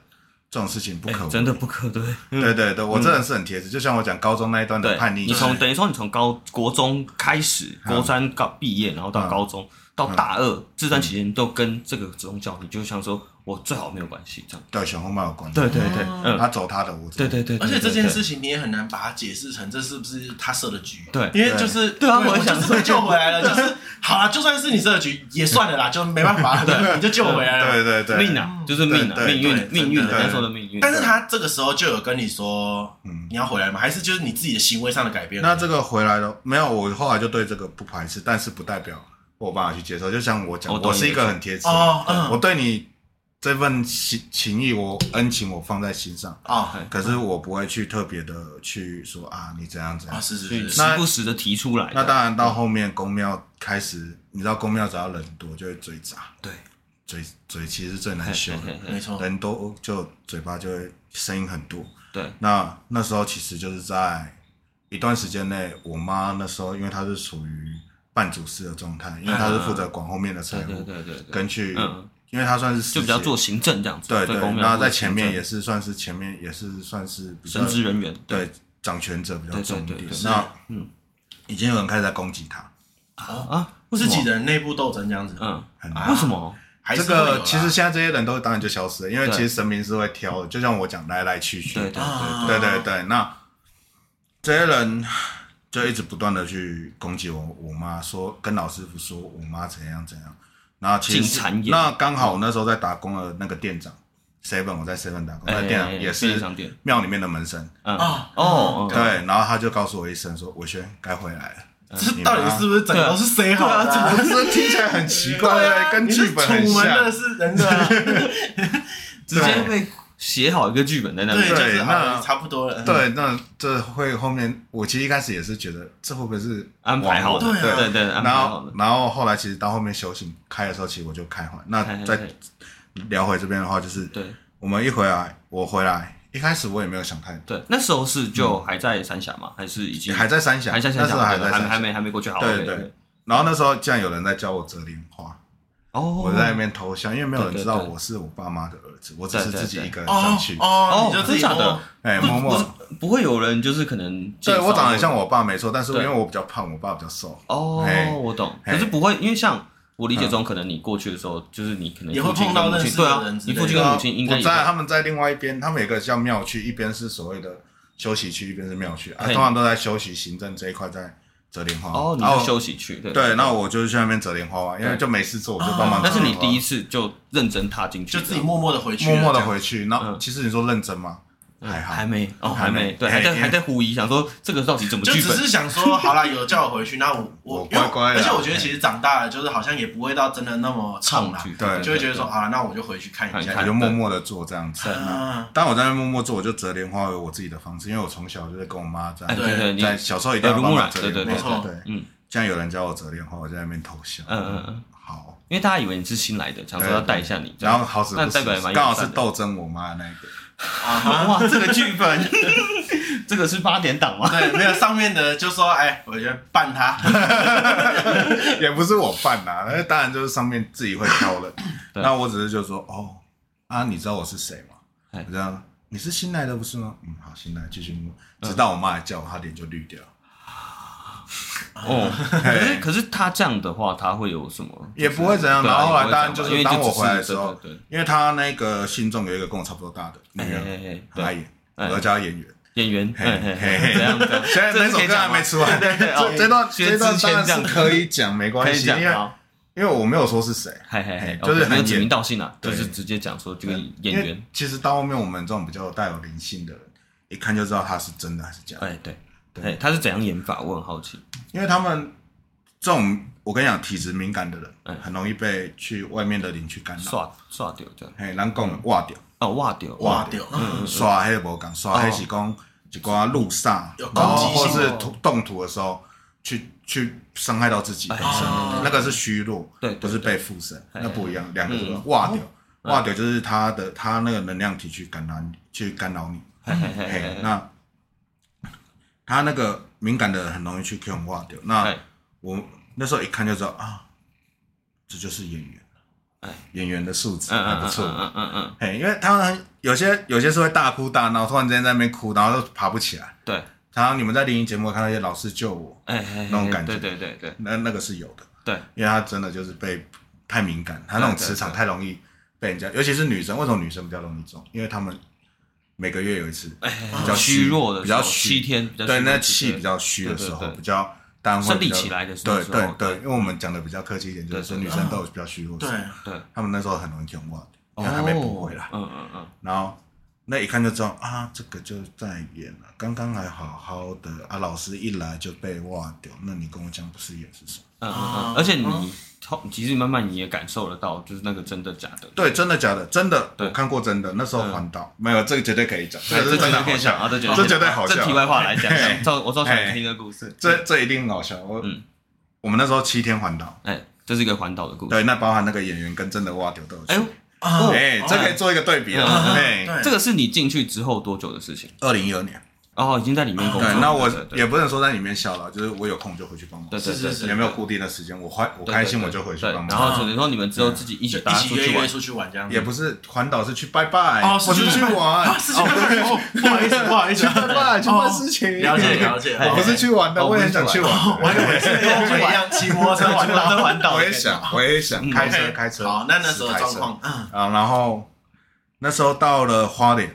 C: 这种事情不
A: 不对
C: 可
A: 哎
C: 为
A: 真的不可对。
C: 对对对，我这人是很铁齿，就像我讲高中那一段的
A: 对，
C: 叛逆期，
A: 你从等于说你从高国中开始，国三高毕业，然后到高中到大二这段期间，都跟这个宗教，你就想说，我最好没有关系这样。
C: 对小红帽有关系，
A: 对对对，嗯，
C: 他走他的，我走
A: 对对对。
B: 而且
A: 对
B: 这
A: 对
B: 件
A: 对
B: 事情你也很难把它解释成这是不是他设的局，
A: 对
B: 因为就是
A: 对啊我
B: 我
A: 也想
B: 就是被救回来了，就是好了，就算是你设的局也算了啦，就没办 法，对，你就救回来了。
C: 对对对，
A: 命啊，就是命啊，
C: 对
A: 命
B: 对
A: 运，
B: 对
A: 命运啊，
B: 对
A: 人家说的命运。
B: 但是他这个时候就有跟你说
C: 嗯
B: 你要回来吗？还是就是你自己的行为上的改变？
C: 那这个回来了没有？我后来就对这个不排斥，但是不代表我有办法去接受。就像我讲，
A: 我懂
C: 我是一个很铁齿的人，
B: 哦，嗯，
C: 我对你这份情情谊，我恩情，我放在心上。
B: 哦，
A: 嗯
C: 可是我不会去特别的去说啊，你怎样怎
B: 啊，
C: 样。
B: 是
A: 所以
B: 是
A: 时
B: 是，
C: 那
A: 不时的提出来，
C: 那当然，到后面公庙开始，你知道公庙只要人多就会嘴杂，
A: 对，
C: 嘴嘴其实是 最难修
A: 嘿嘿
C: 的，
A: 嘿
B: 没错，
C: 人多就嘴巴就会声音很多。
A: 对，
C: 那那时候其实就是在一段时间内，我妈那时候因为她是属于半主事的状态，因为她是负责管后面的财
A: 嗯对对
C: 务
A: 对对对，
C: 跟去
A: 嗯，
C: 因为她算是师姐
A: 就比较做行政这样子，
C: 对对，
A: 公庙
C: 然后在
A: 做行
C: 前面
A: 政
C: 也是算是前面也是算是比较
A: 神职人员，
C: 对掌权者比较
A: 对对
C: 重一
A: 对
C: 点。
A: 对
C: 那
A: 嗯
C: 已经有人开始在攻击他。
A: 啊，为什
B: 自
A: 么
B: 己的内部斗争这样子，
A: 嗯
C: 很，
A: 为什么？
B: 还
C: 这
B: 是会有啊啦
C: 个其实现在这些人都当然就消失了，因为
A: 对
C: 其实神明是会挑的，就像我讲来来去去，
A: 对对
B: 啊
A: 对
C: 对对对，那这些人就一直不断的去攻击我我妈，说跟老师傅说我妈怎样怎样，然后其实
A: 进谗言
C: 那刚好我那时候在打工的那个店长 seven，我在 seven 打工，
A: 哎
C: 那店长也
A: 便利
C: 是
A: 商店
C: 庙里面的门生，
A: 嗯
B: 啊
A: 哦，
C: 对
A: 嗯，
C: 然后他就告诉我一声说伟轩该回来了，
B: 这到底是不是整个都是谁好的啊？
C: 不是听起来很奇 怪，
B: 对啊，
C: 跟
B: 你
C: 剧
B: 是
C: 本很
B: 楚门的
C: 像，嗯
B: 是人的啊，
A: 直接被写好一个剧本在那
B: 对，就
A: 边。
B: 是
C: 对
B: 好了
C: 那
B: 差不多了。嗯，
C: 对，那这会后面我其实一开始也是觉得这会不会是
A: 安排好的，
C: 网
B: 对
C: 络
B: 啊
A: 对对，安排
C: 然
A: 好
C: 后
A: 的，，
C: 然后后来其实到后面修行开的时候，其实我就开怀。
A: 嘿
C: 那
A: 嘿
C: 再
A: 嘿
C: 聊回这边的话，就是
A: 对
C: 我们一回来，我回来一开始我也没有想太多，
A: 对，那时候是就还在三峡吗？还是已经
C: 嗯还在三峡，
A: 还在
C: 那
A: 三
C: 时
A: 峡？
C: 候还
A: 对
C: 在
A: 还没
C: 三
A: 还
C: 峡。
A: 没还没过去好。
C: 对
A: OK，
C: 对然后那时候竟然有人在教我折莲花，
A: 哦，
C: 我在那边偷笑，因为没有人
A: 对对
C: 知道
A: 对
C: 我是我爸妈的儿子，我只是
A: 哦对对
C: 自己一个人
B: 哦
C: 上去，
B: 哦，
A: 哦
B: 你就自己
A: 真假的
B: 摸
C: 哎，
A: 不
C: 默默
A: 不。是不会有人就是可能介
C: 对
A: 绍
C: 我长得
A: 或
C: 很像我爸没错，但是因
A: 对
C: 为我比较胖，我爸比较瘦。
A: 哦
C: 嘿，
A: 我懂，
C: 嘿
A: 可是不会，因为像我理解中，可能你过去的时候，就是你可能
B: 也会
A: 父亲
B: 碰到
A: 跟母
B: 认
A: 亲
B: 识
A: 对
B: 的
A: 啊
B: 人，之
A: 你
B: 类
A: 父亲
B: 的
A: 跟
C: 啊
A: 母亲应该
C: 我
A: 也
C: 在
A: 会
C: 他们在另外一边，他们有一个叫庙区，一边是所谓的休息区，一边是庙区啊，
A: 嘿
C: 通常都在休息行政这一块在折莲花。
A: 哦，你
C: 然
A: 在
C: 后
A: 休息区对
C: 对，那我就去那边折莲花嘛，啊因为
A: 对
C: 就没事做，我就帮忙折
A: 但
C: 莲花。
A: 是你第一次就认真踏进去这
B: 就
A: 样，
B: 自己默默的回去，
C: 默默
B: 这
C: 的
B: 样。
C: 回去，然后
A: 嗯
C: 其实你说认真吗？
A: 嗯
C: 还好
A: 还，没哦，
C: 还
A: 还
C: 没
A: 没对，
C: 嘿
A: 还在
C: 因为
A: 还在狐疑，想说这个到底怎么
B: 就
A: 剧
B: 只
A: 本？
B: 是想说，好啦，有叫我回去，那我我
C: 我乖乖哎啦
B: 而且我觉得其实长大了，就是好像也不会到真的那么冲啦
A: 抗拒，
C: 啊对
B: 就会觉得说，好了，那我就回去看一
A: 看
C: 我
B: 下
A: 一。
C: 哎就默默的做这样子。
A: 嗯
C: 那
B: 啊，
C: 当我在那边默默做，我就折莲花有我自己的方式，因为我从小就在跟我妈在
A: 哎，对
B: 对
A: 对，你
C: 啊在小时候一定要
A: 耳濡
C: 帮
A: 目
C: 忙
A: 染
C: 折
A: 对
C: 莲
A: 对
C: 花。
B: 对
C: 对对，
A: 嗯
C: 这样有人教我折莲花，我就在那边偷笑。
A: 嗯嗯嗯，
C: 好。
A: 因为大家以为你是新来的，想说
C: 对
A: 要带一下你，这
C: 然
A: 样
C: 后好死
A: 那
C: 不
A: 代表也蛮
C: 死，
A: 友
C: 刚好是
A: 善的
C: 斗争我妈的那一个，
B: 啊哈
A: 哇，这个剧本， 这个是八点档吗？
B: 对，没有上面的就说，哎，我觉得办他，
C: 也不是我犯啦、那当然就是上面自己会挑人。
A: 对
C: 那我只是就说，哦，啊，你知道我是谁吗？
A: 哎
C: 我这样，你是新来的不是吗？嗯，好，新来继续摸，
A: 嗯
C: 直到我妈来叫我，她脸就绿掉，
A: 哦，可是可是他这样的话，他会有什么？
C: 也不会怎样。
A: 对啊
C: 然后
A: 也不
C: 后来
A: 会怎
C: 当
A: 样
C: 然就
A: 因
C: 是
A: 为就
C: 当我
A: 只
C: 回来的时候，
A: 对对
C: 因为她那个信众有一个跟我差不多大的
A: 对
C: 女
A: 哎
C: 人，
A: 哎
C: 很
A: 哎
C: 爱
A: 哎，
C: 演，
A: 哎
C: 我都叫她演员。
A: 对，演员，
C: 嘿
A: 哎哎
C: 嘿
A: 哎，
C: 嘿
A: 这样这样，
C: 现在那
A: 这
C: 首
A: 是可以
C: 歌
A: 讲
C: 还
A: 吗
C: 没出来，
A: 对对哦
C: 这这段
A: 薛
C: 这段
A: 之谦
C: 当然
A: 这
C: 是
A: 样
C: 可以讲，没
A: 可
C: 关
A: 以
C: 系，
A: 讲哦
C: 因为
A: 好
C: 因为我没有说是谁，
A: 嘿嘿嘿
C: 嘿，就是
A: OK，没有
C: 很
A: 指名
C: 演
A: 道姓啊，就
C: 对
A: 是直接讲说这个演
C: 因为
A: 员，
C: 其实到后面我们这种比较带有灵性的人，一看就知道他是真的还是假的，
A: 哎对，哎他是怎样演法？我很好奇。
C: 因为他们这种我跟你讲体质敏感的人，
A: 嗯
C: 很容易被去外面的灵去干扰，
A: 刷刷掉这样，
C: 嘿，咱讲的挖掉，
A: 哦，挖掉，
B: 哇丢，
A: 嗯
C: 刷黑无讲，刷黑是讲一寡路煞，
B: 有攻
C: 然后
B: 击
C: 或
B: 性
C: 是
A: 哦
C: 土动土的时候去去伤害到自己本身
B: 哎，
C: 那个是虚弱，
A: 对对
C: 不是被附身，
A: 对
C: 那不一样，两个是
A: 嗯
C: 挖掉，挖掉就是他的他那个能量体去干扰你，去干扰你。
A: 嘿嘿嘿
C: 嘿
A: 嘿，，嘿
C: 那他那个敏感的人很容易去 Q 化掉。那
A: 哎
C: 我那时候一看就知道啊，这就是演员，
A: 哎
C: 演员的素质
A: 嗯
C: 还
A: 嗯
C: 不
A: 嗯
C: 错。
A: 嗯嗯嗯，
C: 嘿，因为他们有些有些是会大哭大闹，突然之间在那边哭，然后又爬不起来。
A: 对，
C: 然后你们在灵异节目看到一些老师救我，
A: 哎哎，
C: 那种感觉
A: 对对对对
C: 那那个是有的，
A: 对，
C: 因为他真的就是被太敏感，他那种磁场
A: 对对对
C: 太容易被人家，尤其是女生，为什么女生比较容易中？因为她们每个月有一次，比
A: 比
C: 较
A: 虚弱的时候，
C: 比较虚
A: 七天，比较
C: 对，
A: 虚弱
C: 那
A: 的时
C: 气
A: 候
C: 比较虚的时
A: 对
C: 候，
A: 对对
C: 比较单会
A: 生理
C: 比较
A: 期来的时候
C: 对对对，因为我们讲的比较客气一点，就是说
A: 对
C: 女
A: 对
C: 生都有比较虚弱的
B: 对
C: 时候，
A: 对，
C: 他们那时候很容易听话的，因哦为还没补回来
A: 哦，嗯嗯嗯，
C: 然后那一看就知道啊，这个就在演了，刚刚还好好的啊，老师一来就被挖掉，那你跟我讲不是演是什么？
A: 嗯嗯
B: 啊
A: 嗯，而且你后其实慢慢你也感受得到，就是那个真的假的，
C: 对，真的假的？真的，
A: 对嗯
C: 我看过真的，那时候环岛没有，这个绝对可以讲，
A: 对，
C: 个是
A: 这
C: 真的
A: 绝对可
C: 好
A: 以讲
C: 笑哦
A: 啊，这绝
C: 这
A: 对
C: 绝对好笑
A: 这题外话来讲
C: 嘿，
A: 照我照想
C: 嘿
A: 听的故事，
C: 这这一定很好笑。我
A: 嗯
C: 我们那时候七天环岛，
A: 哎，这是一个环岛的故事，
C: 对，那包含那个演员跟真的挖掉都有去
A: 哎。呦，
B: 啊
A: 哦
C: 哎，这可以做一个对比了。
A: 嗯
C: 哎，
B: 对
A: 这个是你进去之后多久的事情？
C: 二零一二年，
A: 哦，已经在里面工作了。
C: 对，那我
A: 对对
C: 也不能说在里面笑了，就是我有空就回去帮忙。
A: 对对
B: 是
A: 对
B: 是
A: 对
B: 是，
C: 也没有固定的时间，我开我
A: 对
C: 开心我
A: 对
C: 就回去
A: 对
C: 帮忙。啊
A: 然后只能说你们只有自己一
B: 就
A: 起大
B: 一
A: 家
B: 起
A: 出
B: 约
A: 去
B: 约
A: 玩，
B: 出去玩这样子。
C: 也不是环岛是去拜拜，
B: 哦，
C: 我
B: 去
C: 是去玩，
B: 啊，是去玩哦不好意思，不好意思， 哦
C: 去拜拜去办事情，
B: 了解了解，
C: 我哎是去玩的，
A: 哦
C: 我也很想去玩的，
B: 我以为是跟我们一样骑摩托车环岛，环岛。
C: 我也想，我也想开车
B: OK
C: 开车。
B: 嗯好，那那时候
C: 开车
B: 状况，嗯，
C: 啊，然后那时候到了花莲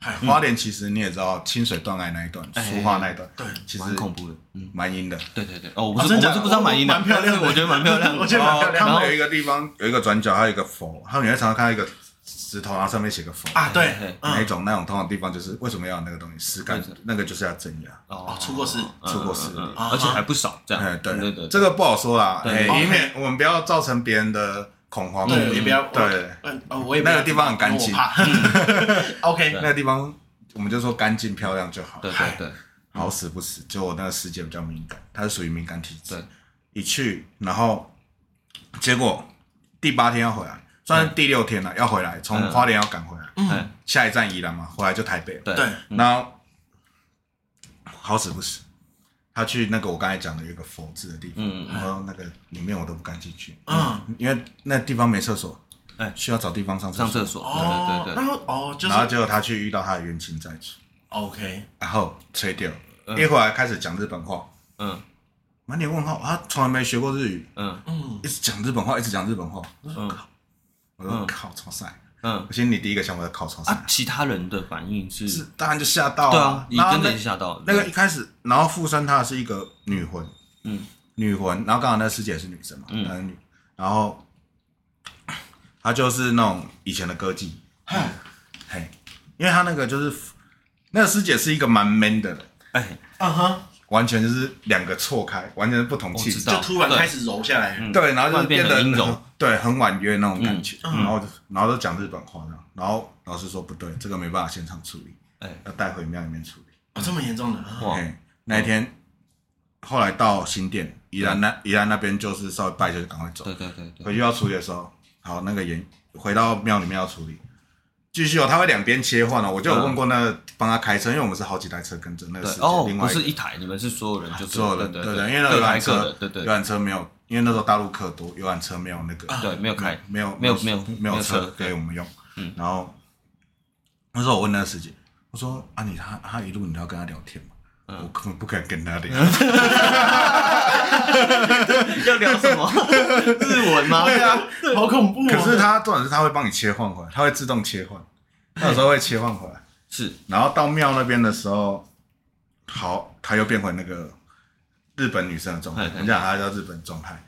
B: 哎，
C: 花莲其实你也知道清水断崖那一段，
A: 哎
C: 苏花那一段，
B: 对
C: 其实啊
A: 蛮恐怖的。嗯，
C: 蛮阴的。
A: 对对对。哦，我不
B: 哦
A: 是，
B: 真
A: 我
B: 假
A: 是不知道蛮阴的，
B: 我我蛮漂亮的
A: 但是我觉得蛮漂亮的。
B: 我觉得蛮漂亮的
A: 然
C: 哦他
A: 后
C: 们有一个地方有一个转角，还有一个佛，他们也常常看到一个石头，然后上面写个佛
B: 啊，对
A: 嘿嘿，
C: 哪一
B: 嗯，
C: 种那种通常地方就是为什么要有那个东西实感
A: 对对，
C: 那个就是要镇压。
A: 哦
B: 哦出过事
A: 嗯
C: 出过事
A: 嗯嗯
B: 啊
A: 而且还不少这样
C: 哎，。对
A: 对对，
C: 这个不好说啦，
A: 对
C: 哎
A: 对
C: 以免我们不要造成别人的恐慌。
B: 对，也不要，
C: 对，
B: 嗯，呃我也不
C: 那个
B: 要
C: 地方很干净
B: 因为我怕 OK，
C: 那个地方我们就说干净漂亮就好。
A: 对对对，
C: 好死不死，就我那个师姐比较敏感，她是属于敏感体质
A: 对。
C: 一去，然后结果第八天要回来，算是第六天了，要回来，从
A: 嗯
C: 花莲要赶回来，
A: 哎
B: 嗯，
C: 下一站宜兰嘛，回来就台北了。
A: 对
B: 对
C: 然后好死不死，他去那个我刚才讲的有一个佛字的地方，
A: 嗯啊
C: 然后那个里面我都不敢进去，
B: 嗯，
C: 因为那地方没厕所，
A: 哎
C: 需要找地方上
A: 上
C: 所。
A: 厕所，
B: 哦，
A: 对对
B: 然
A: 对
B: 后哦，就是
C: 然后结果他去遇到他的冤亲债主，
B: OK，
C: 然后吹掉了，
A: 嗯
C: 一会儿开始讲日本话，
A: 对，嗯
C: 满脸问号，他从来没学过日语，
A: 嗯
B: 嗯，
C: 一直讲日本话，一直讲日本话，
A: 嗯
C: 我说
A: 嗯
C: 靠，超赛！
A: 嗯
C: 我心里第一个想法是靠超
A: 啊
C: 赛，，
A: 其他人的反应是，
C: 是当然就吓到
A: 对啊，你
C: 然后
A: 真的
C: 那
A: 是吓到了
C: 那个一开始，然后附身她的是一个女魂，
A: 嗯，
C: 女魂，然后刚好那师姐是女生嘛，
A: 嗯
C: 男女，然后她就是那种以前的歌妓，嗯嘿，因为她那个就是那个师姐是一个蛮 man 的人，
A: 哎，
B: 嗯哼，
C: 完全就是两个错开，完全是不同气
A: 我知
C: 质
A: 道，
B: 就突然开始揉下来，
A: 嗯
C: 对，然后
A: 突
C: 就
A: 然变得嗯
C: 变得
A: 很阴柔
C: 对，很婉约那种感觉，然后就然后就讲日本话这样，然后老师说不对，这个没办法现场处理，
A: 哎
C: 要带回庙里面处理。
B: 哦，这么严重的，啊
A: 哇，
C: 嘿，那一天，后来到新店宜兰那宜兰那边就是稍微拜一下就赶快走，
A: 对对对对，
C: 回去要处理的时候，好那个盐回到庙里面要处理，继续哦，他会两边切换哦，我就有问过那个帮他开车，因为我们是好几台车跟着那个
A: 嗯对
C: 司机，
A: 哦，
C: 另
A: 不
C: 外一
A: 是
C: 个啊
A: 一台，你们是所有人，就是
C: 所有人
A: 对
C: 对对，
A: 对，
C: 因为那个
A: 各
C: 游览
A: 台各
C: 车
A: 的，对啊对
C: 游览车没有，因为那时候大陆客多，游览车没有那个
A: 对，没有开，
C: 没有
A: 没有没
C: 没
A: 有
C: 没
A: 没有车
C: 车
A: 对
C: 给我们用。
A: 嗯
C: 然后那时候我问那个师姐，我说啊你他他一路你都要跟他聊天嘛，
A: 嗯
C: 我根本不敢跟他聊。
A: 要聊什 么日文吗？
B: 对啊，好恐怖哦，
C: 可是他重点是他会帮你切换回来，他会自动切换，他有时候会切换回来。
A: 是
C: 然后到庙那边的时候，好，他又变回那个日本女生的状态
A: 嘿，嘿
C: 人家把他叫日本状态。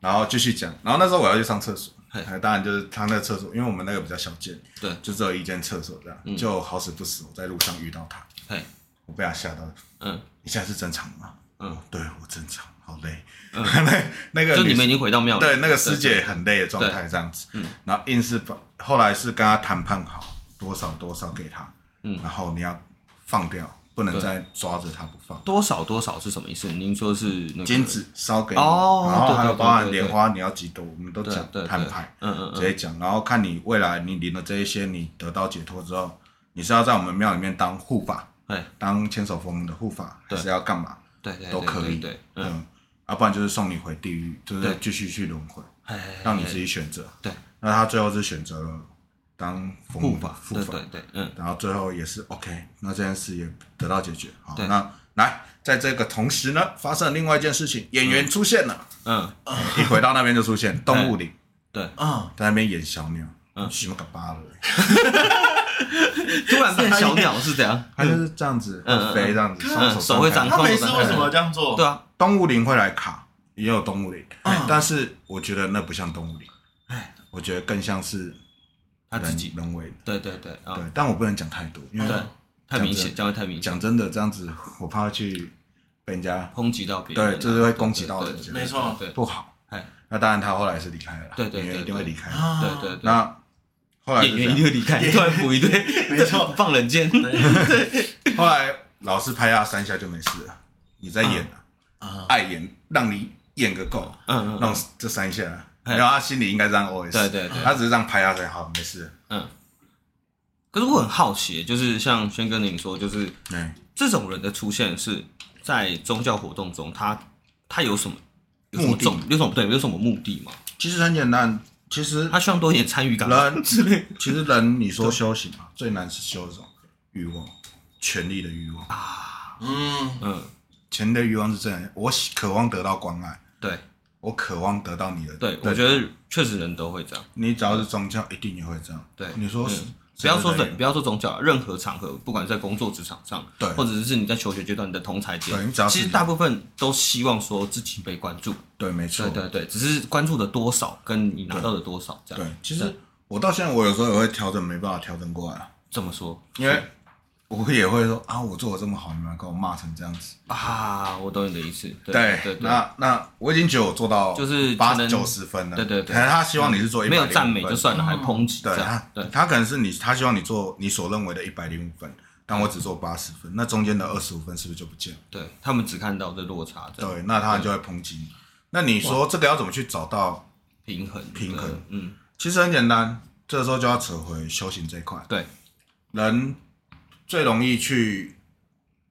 C: 然后继续讲，然后那时候我要去上厕所哎
A: 嘿，
C: 当然就是他那个厕所，因为我们那个比较小间，
A: 对嗯
C: 就只有一间厕所这样，就好死不死我在路上遇到他，
A: 嘿，
C: 我被他吓到了。
A: 嗯
C: 你现在是正常吗？
A: 嗯
C: 哦，对我正常，好累。 那那个
A: 就你
C: 女
A: 们已经回到庙里，
C: 对，那个师姐很累的状态这样子，
A: 嗯
C: 然后硬是把后来是跟他谈判好多少多少给他，
A: 嗯
C: 然后你要放掉，不能再抓着他不放。
A: 多少多少是什么意思？您说是那个
C: 金子烧给你，
A: 哦
C: 然后
A: 对
C: 还
A: 对
C: 有
A: 对
C: 包含
A: 对对
C: 莲花，你要几朵，我们都
A: 对啊
C: 讲
A: 对对
C: 摊牌，
A: 嗯嗯
C: 直接讲，然后看你未来你领了这一些，你得到解脱之后，你是要在我们庙里面当护法，
A: 嗯，哎，
C: 当千手佛母的护法，还
A: 对
C: 是要干嘛
A: 对对对
C: 都可以，
A: 对，对嗯，
C: 嗯，要不然就是送你回地狱，就是
A: 对
C: 继续去轮回。
A: 嘿嘿嘿
C: 让你自己选择。
A: 对，
C: 那他最后是选择了当父
A: 护
C: 母
A: 法，
C: 护
A: 对
C: 法
A: 对，对，嗯，
C: 然后最后也是 OK，那这件事也得到解决。好，
A: 对
C: 那来，在这个同时呢，发生了另外一件事情，演员出 现了，
A: 嗯，
C: 一回到那边就出现动物里，
A: 对，
B: 嗯，
C: 在那边演小鸟，
A: 嗯
C: 什么个巴了，
A: 突然变小鸟是怎 样？
C: 他就是这样子
A: 嗯嗯
C: 会飞，这样子
A: 嗯
C: 手
A: 手会
C: 张
A: 长
C: 开。
B: 他没事为什么要这样做？
A: 对啊，
C: 动物灵会来卡，也有动物灵
B: 嗯，
C: 但是我觉得那不像动物灵，我觉得更像是
A: 他哎啊自
C: 人
A: 己，
C: 人为的。
A: 对对对啊
C: 对，，但我不能讲太多，因为
A: 对，太明
C: 讲
A: 显，
C: 真
A: 这样会太明显，
C: 讲真的，这样子我怕去被人家
A: 抨击到别人啊，
C: 对，就是会攻击到
A: 对
C: 人，
A: 对
B: 没错
A: 对
C: 不好
A: 哎。
C: 那当然，他后来是离开了啦，
A: 对对对
C: 因为一定会离开。
B: 啊，
A: 对对对，
C: 那后来是
A: 演员一
C: 这
A: 定会离 开，突然补一堆，
B: 没错
A: 放冷箭，
C: 样，后来老师拍他三下就没事了，你在演啊，
B: 啊，
C: 爱演，让你演个够，
A: 嗯嗯
C: 让这三下，啊
A: 哎
C: 然后他心里应该这样 OS，
A: 对对对
C: 他只是这样拍他才好，没事。
A: 嗯，可是我很好奇，就是像轩哥您说，就是
C: 哎，
A: 这种人的出现是在宗教活动中，他他有什么有什么
C: 目的
A: 重有什么对有什么目的吗？
C: 其实很简单，其实
A: 他希望多一点参与感吗
C: 人
A: 啊之类
C: 其实人你说修行嘛，最难是修这种欲望，权力的欲望，
B: 嗯，
A: 嗯，
C: 权力的欲望是这样，我喜渴望得到关爱，
A: 对
C: 我渴望得到你的，
A: 对，我觉得确实人都会这样。
C: 你只要是宗教，一定也会这样。
A: 对
C: 你说是
A: 嗯不要说
C: 谁
A: 人，不要说宗教，任何场合，不管在工作职场上，
C: 对
A: 或者是你在求学阶段你的同才
C: 对
A: 间
C: 你只要，是
A: 其实大部分都希望说自己被关注。
C: 对，没错，
A: 对对对，只是关注的多少跟你拿到的多少这样。
C: 对其实我到现在，我有时候也会调整，没办法调整过来啊，
A: 这么说
C: 因为我也会说啊，我做的这么好，你们给我骂成这样子。
A: 啊，我懂你的意思。对对对，
C: 那那我已经觉得我做到
A: 就是
C: 八
A: 可能
C: 九十分了，
A: 对对对
C: 可能他希望你是做一嗯
A: 没有赞美就算了，还抨击
C: 对啊
A: 这样
C: 他。
A: 对，
C: 他可能是你，他希望你做你所认为的一百零五分，但我只做八十分，那中间的二十五分是不是就不见了？
A: 对他们只看到这落差，这样
C: 对，那他就会抨击你。那你说这个要怎么去找到？
A: 平衡
C: 平衡
A: 对嗯，
C: 其实很简单，这时候就要扯回修行这一块。
A: 对，
C: 人最容易去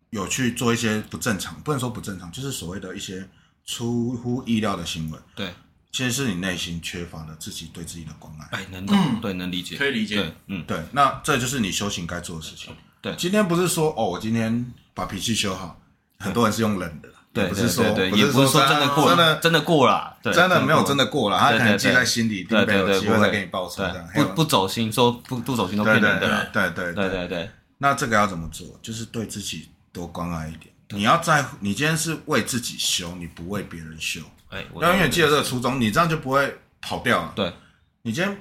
C: 有去做一些不正常，不能说不正常，就是所谓的一些出乎意料的行为，
A: 对，
C: 其实是你内心缺乏了自己对自己的关爱。
A: 哎，能
C: 嗯
A: 懂，对，能理解，
B: 可以理解
A: 对，嗯，
C: 对，那这就是你修行该做的事情。
A: 对
C: 今天不是说哦，我今天把脾气修好，很多人是用忍的啦，
A: 对，
C: 也不
A: 对
C: 是说
A: 对对，也不是说真的过
C: 真
A: 了，
C: 的
A: 真的过了，对，
C: 真的没有
A: 过
C: 真的过了，他
A: 对
C: 可能
A: 对
C: 记在
A: 对
C: 心里，并
A: 对
C: 没
A: 对
C: 有
A: 对，
C: 机
A: 不
C: 会
A: 会
C: 再给你报仇这样。
A: 对，不不走心，说不不走心都骗
C: 对
A: 人
C: 对
A: 的啦，
C: 对对
A: 对对对，
C: 那这个要怎么做？就是对自己多关爱一点。你要在乎，你今天是为自己修，你不为别人修。
A: 哎，我
C: 要永远记得这个初衷，你这样就不会跑掉了。
A: 对
C: 你今天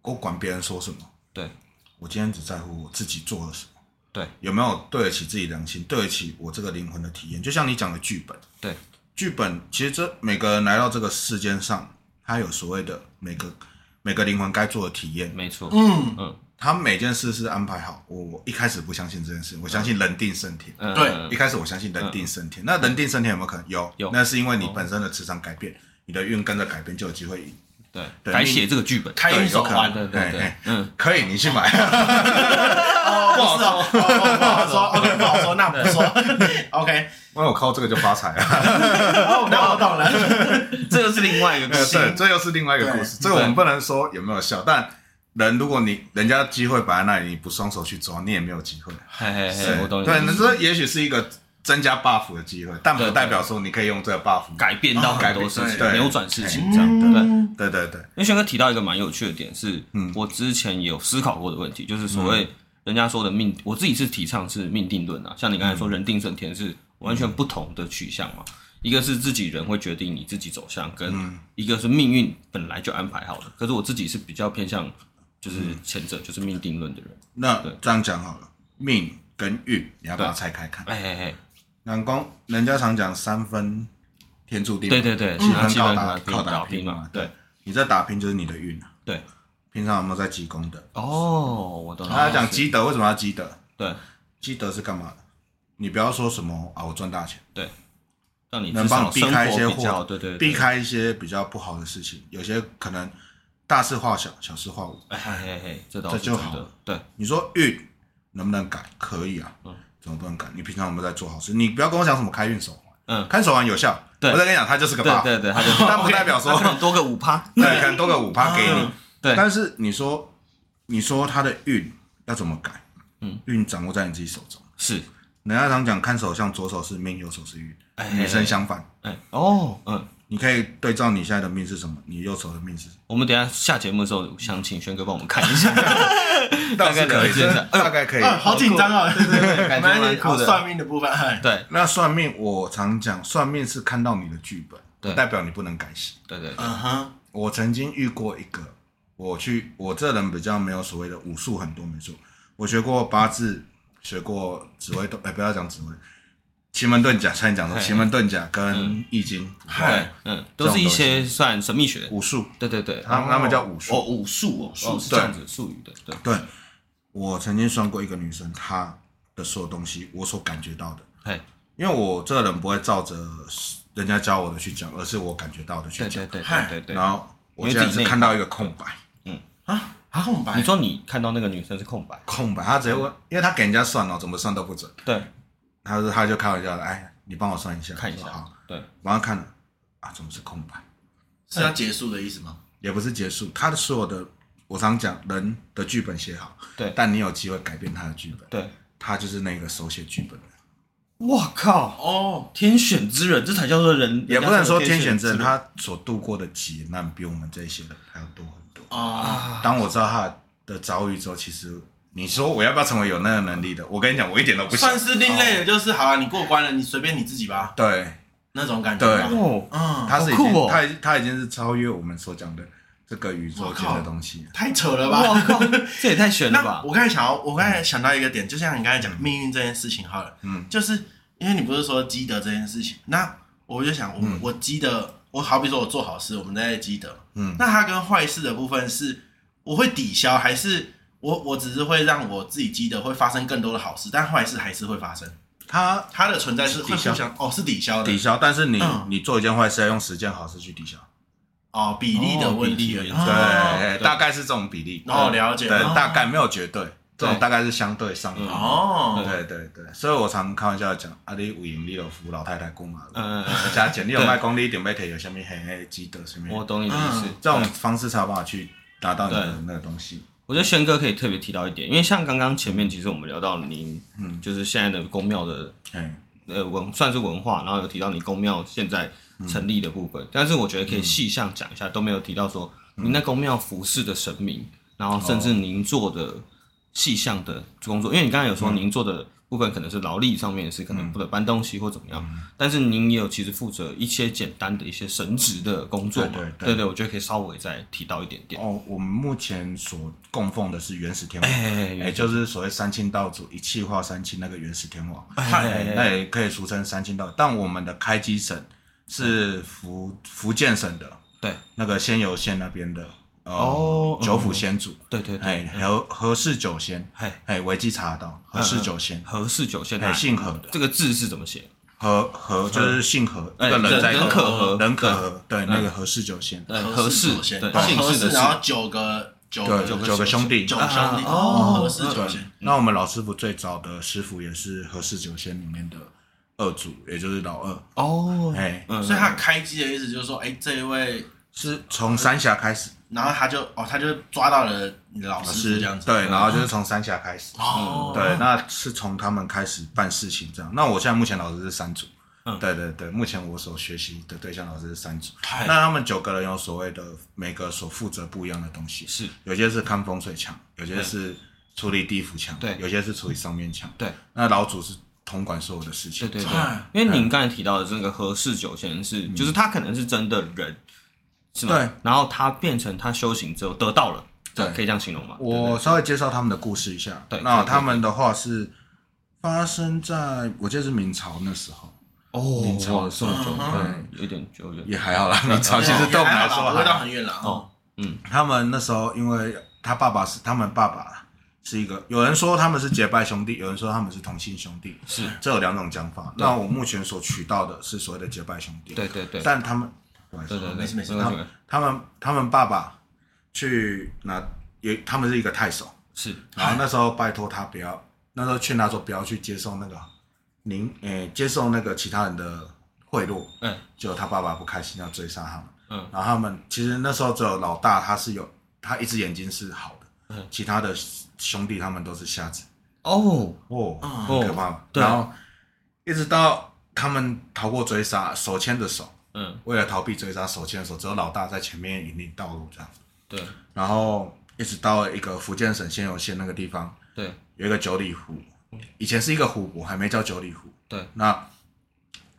C: 我管别人说什么，
A: 对
C: 我今天只在乎我自己做了什么，
A: 对
C: 有没有对得起自己良心，对得起我这个灵魂的体验。就像你讲的剧本，
A: 对
C: 剧本其实这每个人来到这个世间上，他有所谓的每个每个灵魂该做的体验，
A: 没错，
B: 嗯，
A: 嗯
C: 他每件事是安排好。我我一开始不相信这件事，我相信人定胜天。
A: 嗯，
B: 对
A: 嗯
C: 一开始我相信人定胜天，那人定胜天有没有可能？有，
A: 有
C: 那是因为你本身的磁场改变，你的运跟着改变就有机会赢。
A: 对，
C: 对
A: 改写这个剧本，
B: 开运
C: 对
B: 手
C: 有可能
B: 环，
A: 对对对
C: 哎，
A: 嗯，
C: 可以，你去买。
A: 啊
B: 啊不好说，不好说，OK，不好说，那不说，OK，
C: 那我靠这个就发财啊 了。
B: 哦，那我懂了，
A: 这个是另外一个故 事，
C: 对，这又是另外一个故事。这个我们不能说有没有效，但人如果你人家机会摆在那里，你不双手去抓，你也没有机会。
A: 嘿嘿嘿，
C: 对
A: 我懂你的
C: 对，
A: 意
C: 那
A: 思，
C: 这也许是一个增加 buff 的机会，但
A: 对
C: 不
A: 对
C: 代表说你可以用这个 buff
A: 改变到
C: 改
A: 很多
C: 变
A: 事情，
C: 对
A: 扭转事情
C: 哎
A: 这样，对不对。
B: 嗯
C: 对对对，
A: 因为轩哥提到一个蛮有趣的点是，
C: 嗯
A: 我之前也有思考过的问题，就是所谓人家说的命，我自己是提倡是命定论啊，像你刚才
C: 嗯
A: 说人定胜天是完全不同的取向嘛，一个是自己人会决定你自己走向，跟
C: 嗯
A: 一个是命运本来就安排好的。可是我自己是比较偏向就是
C: 嗯
A: 前者，就是命定论的人。
C: 那
A: 对
C: 这样讲好了，命跟运你要把它
A: 对
C: 拆开看。
A: 哎哎哎，
C: 南宫人家常讲三分天注定嘛，
A: 对对对，
C: 七分
A: 基本
C: 靠
A: 上
C: 打
A: 拼
C: 靠打
A: 打
C: 拼
A: 拼嘛，对
C: 对，你这打拼就是你的运啊。
A: 对。
C: 平常有没有在积功德？
A: 哦，我懂了。
C: 他讲积德，为什么要积德？
A: 对，
C: 积德是干嘛的？你不要说什么啊，我赚大钱，
A: 让你
C: 能
A: 至
C: 帮你
A: 少
C: 避
A: 生
C: 开一些
A: 活比较
C: 祸，
A: 对对
C: 避。开一些比较不好的事情。有些可能大事化小，小事化无。
A: 哎哎哎，这倒
C: 这
A: 是
C: 就
A: 真
C: 好
A: 的
C: 了，
A: 对
C: 你说运能不能改？可以啊，嗯，怎么不能改？你平常有没有在做好事？你不要跟我讲什么开运手环，
A: 嗯
C: 开手环有效，
A: 对
C: 我在跟你讲，它就是个 buff，
A: 对对对，他就
C: 但不代表
A: 他可
C: 说
A: 能多个五趴。
C: 对，可能多个五趴给你
B: 啊，
A: 嗯对
C: 但是你说，你说它的运要怎么改？嗯，运掌握在你自己手中。
A: 是，
C: 人家常讲看手相，左手是命，右手是运
A: 哎，
C: 女生相反，
A: 哎、哦，嗯，
C: 你可以对照你现在的命是什么，你右手的命是什么，
A: 我们等一下下节目的时候，想请轩哥帮我们看一下， 大
C: 大
A: 概
C: 概
A: 了
C: 可
A: 解
C: 以
A: 一下。，哎
C: 大
A: 呦，
C: 概可以。
B: 嗯，好紧张哦，对对对，
A: 感觉蛮酷的
B: 算命的部分，哎
A: 对
C: 那算命，我常讲，算命是看到你的剧本，
A: 对
C: 不代表你不能改写。
A: 对对对，
B: 嗯哼，
C: 我曾经遇过一个，我去，我这人比较没有所谓的武术很多没错，我学过八字，学过紫微斗，哎、不要讲紫微，奇门遁甲，差点讲说
A: 嘿
C: 奇门遁甲跟易经，
A: 对，
C: 哎
A: 嗯，都是一些算神秘学，
C: 武术，
A: 对对对，
C: 他们他们叫武术
A: 哦，武术哦，术
C: 术
A: 是这样子术语的，对，
C: 对，我曾经算过一个女生，她的所有东西，我所感觉到的，
A: 哎，
C: 因为我这个人不会照着人家教我的去讲，而是我感觉到的去
A: 对
C: 讲
A: 对。对
B: 嗨
A: 对对对，
C: 然后
A: 因
C: 我
A: 为
C: 竟然
A: 自己
C: 是
A: 内
C: 看到一个空白，
A: 嗯，
B: 啊，啊空白
A: 你，说你看到那个女生是空白，
C: 空白，他直接问，因为他给人家算了，怎么算都不准，
A: 对，
C: 他说他就开玩笑的，哎，你帮我算一下，
A: 看一
C: 我说
A: 下
C: 好，，
A: 对，
C: 然后看了，啊，怎么是空白？
B: 是要结束的意思吗？
C: 也不是结束，他的所有的，我常讲，人的剧本写好，
A: 对
C: 但你有机会改变他的剧本，
A: 对，
C: 他就是那个手写剧本的人，
A: 我靠，
B: 哦，
A: 天选之人，这才叫做人，
C: 也不能说
A: 人家
C: 天
A: 叫
C: 选之人，
A: 人
C: 他所度过的劫难比我们这一些人还要多很多。
B: 哦，
A: 啊，
C: 当我知道他的遭遇之后，其实你说我要不要成为有那个能力的？我跟你讲，我一点都不
B: 算。
C: 想
B: 是另
C: 哦
B: 类的，就是好啊，你过关了，你随便你自己吧，
C: 对，
B: 那种感觉吧。
C: 对
A: 哦，
B: 嗯，
C: 他是已
A: 好
C: 经，
A: 酷哦
C: 他已他已经是超越我们所讲的这个宇宙间的东西。
B: 太扯了吧？
A: 哦我靠，这也太悬了
B: 那
A: 吧，
B: 我刚才想要，
C: 嗯
B: 我刚才想到一个点，就像你刚才讲命运这件事情好了，
C: 嗯，
B: 就是因为你不是说积德这件事情，那我就想，我、
C: 嗯
B: 我积德，我好比说我做好事，我们在积德，
C: 嗯
B: 那它跟坏事的部分是我会抵消，还是我我只是会让我自己积德会发生更多的好事，但坏事还是会发生，
C: 他
B: 它的存在是会
C: 抵消
B: 互相哦是抵消的
C: 抵消，但是你、
B: 嗯
C: 你做一件坏事要用十件好事去抵消。
B: 哦比例的
A: 哦
B: 问题
A: 比例
B: 而已，
A: 的
C: 对，
B: 哦
C: 大概是这种比例。
B: 哦了解，
C: 对，
B: 哦
C: 大概没有绝对，这种
A: 对
C: 大概是相对上的。
A: 嗯
B: 哦，
C: 对对对，所以我常开玩笑地讲，啊，你有盈利有扶老太太过马路，
A: 嗯，嗯嗯
C: 加钱你有卖公里点卖铁有什么很黑积德什么
A: 嗯，我懂你的意思
B: 嗯，
C: 这种方式才有办法去达到你的那个东西。
A: 我觉得轩哥可以特别提到一点，因为像刚刚前面其实我们聊到您，
C: 嗯
A: 就是现在的宫庙的
C: 哎，
A: 呃文算是文化，然后有提到你宫庙现在成立的部分，但是我觉得可以细项讲一下，都没有提到说您在宫庙服侍的神明，然后甚至您做的细项的工作，因为你刚才有说您做的部分可能是劳力上面是可能不能搬东西或怎么样，但是您也有其实负责一些简单的一些神职的工作嘛，
C: 对对对
A: 对对，我觉得可以稍微再提到一点点，
C: 哦，我们目前所供奉的是元始天王，
A: 哎，
C: 也就是所谓三清道祖一气化三清那个元始天王，
A: 哎
C: 那也可以俗称三清道。但我们的开基省是福福建省的
A: 对
C: 那个仙游县那边的
A: 哦嗯
C: 哦，九府仙祖，
A: 对对对，嗯
C: 哎，和何氏九仙，
A: 哎，
C: 哎，维基查得到何氏九仙，
A: 何氏九仙
C: 哎，
A: 哪
C: 姓何的，
A: 这个字是怎么写？
C: 何何就是姓何，一
A: 哎
C: 个人在
A: 人可和
C: 人可和，对，那个何氏九仙，
A: 呃，
B: 合
A: 何
B: 适
A: 氏
B: 九仙，
A: 对
B: 哦
A: 姓
B: 合
A: 氏
B: 适
A: 的
B: 然后
A: 氏，
B: 九个九
C: 对，
B: 个
C: 九
B: 九
C: 个兄弟，
B: 九
C: 啊
B: 个兄弟
A: 啊哦
B: 合适九
C: 对
B: 仙，。
C: 那我们老师傅最早的师傅也是何氏九仙里面的二祖，也就是老二，
A: 哦，
C: 哎，
A: 嗯
B: 所以他开机的意思就是说，哎，这一位，
C: 是从三峡开始，
B: 然后他就哦，他就抓到了你的老
C: 老
B: 师傅
C: 师
B: 嗯这样子，
C: 对，然后就是从三峡开始，嗯
B: 哦，
C: 对，那是从他们开始办事情这样。那我现在目前老师是三组，
A: 嗯
C: 对对对，目前我所学习的对象老师是三组。
B: 太
C: 那他们九个人有所谓的每个所负责不一样的东西，
A: 是
C: 有些是看风水墙，有些是处理地府墙，
A: 对
C: 有些是处理上面墙。
A: 对
C: 那老祖是统管所有的事
A: 对
C: 情，
A: 对对
B: 哎，
A: 因为您刚才提到的这个何氏九仙是，就是他可能是真的人，是吗？
C: 嗯对，
A: 然后他变成他修行之后得到了，
C: 对
A: 可以这样形容吗？
C: 我稍微介绍他们的故事一下。
A: 对
C: 那
A: 对对
C: 他们的话是发生在我记得是明朝那时候，
A: 哦，
C: 明朝
A: 这么久，
C: 嗯
A: 对，有点久远，
C: 也还好啦。 明朝
B: 哦
C: 其实对我们
B: 还
C: 来
B: 好
C: 说
B: 啦不会
C: 还
B: 到
C: 好
B: 很远了哦
A: 哦，
C: 他们那时候，因为他爸爸是他们爸爸是一个，有人说他们是结拜兄弟，有人说他们是同姓兄弟，
A: 是，
C: 这有两种讲法。那我目前所取到的是所谓的结拜兄弟，
A: 对对对，对
C: 但他们，不好意思
A: 对对，
B: 没事没事
A: 关系没事
C: 他们他们爸爸去拿，也他们是一个太守，
A: 是
C: 然后那时候拜托他不要，那时候劝他说不要去接受那个您，诶、接受那个其他人的贿赂，
A: 嗯，
C: 结果他爸爸不开心要追杀他们，
A: 嗯，
C: 然后他们其实那时候只有老大他是有，他一只眼睛是好的，
A: 嗯
C: 其他的兄弟他们都是瞎子，
A: 哦，
C: 哦，
B: 嗯
C: 很可怕，
A: 对
C: 然后一直到他们逃过追杀，手牵着手，
A: 嗯，
C: 为了逃避追杀，手牵着手，只有老大在前面引领道路这样，
A: 对
C: 然后一直到一个福建省仙游县那个地方。
A: 对
C: 有一个九里湖，以前是一个湖泊，还没叫九里湖。
A: 对
C: 那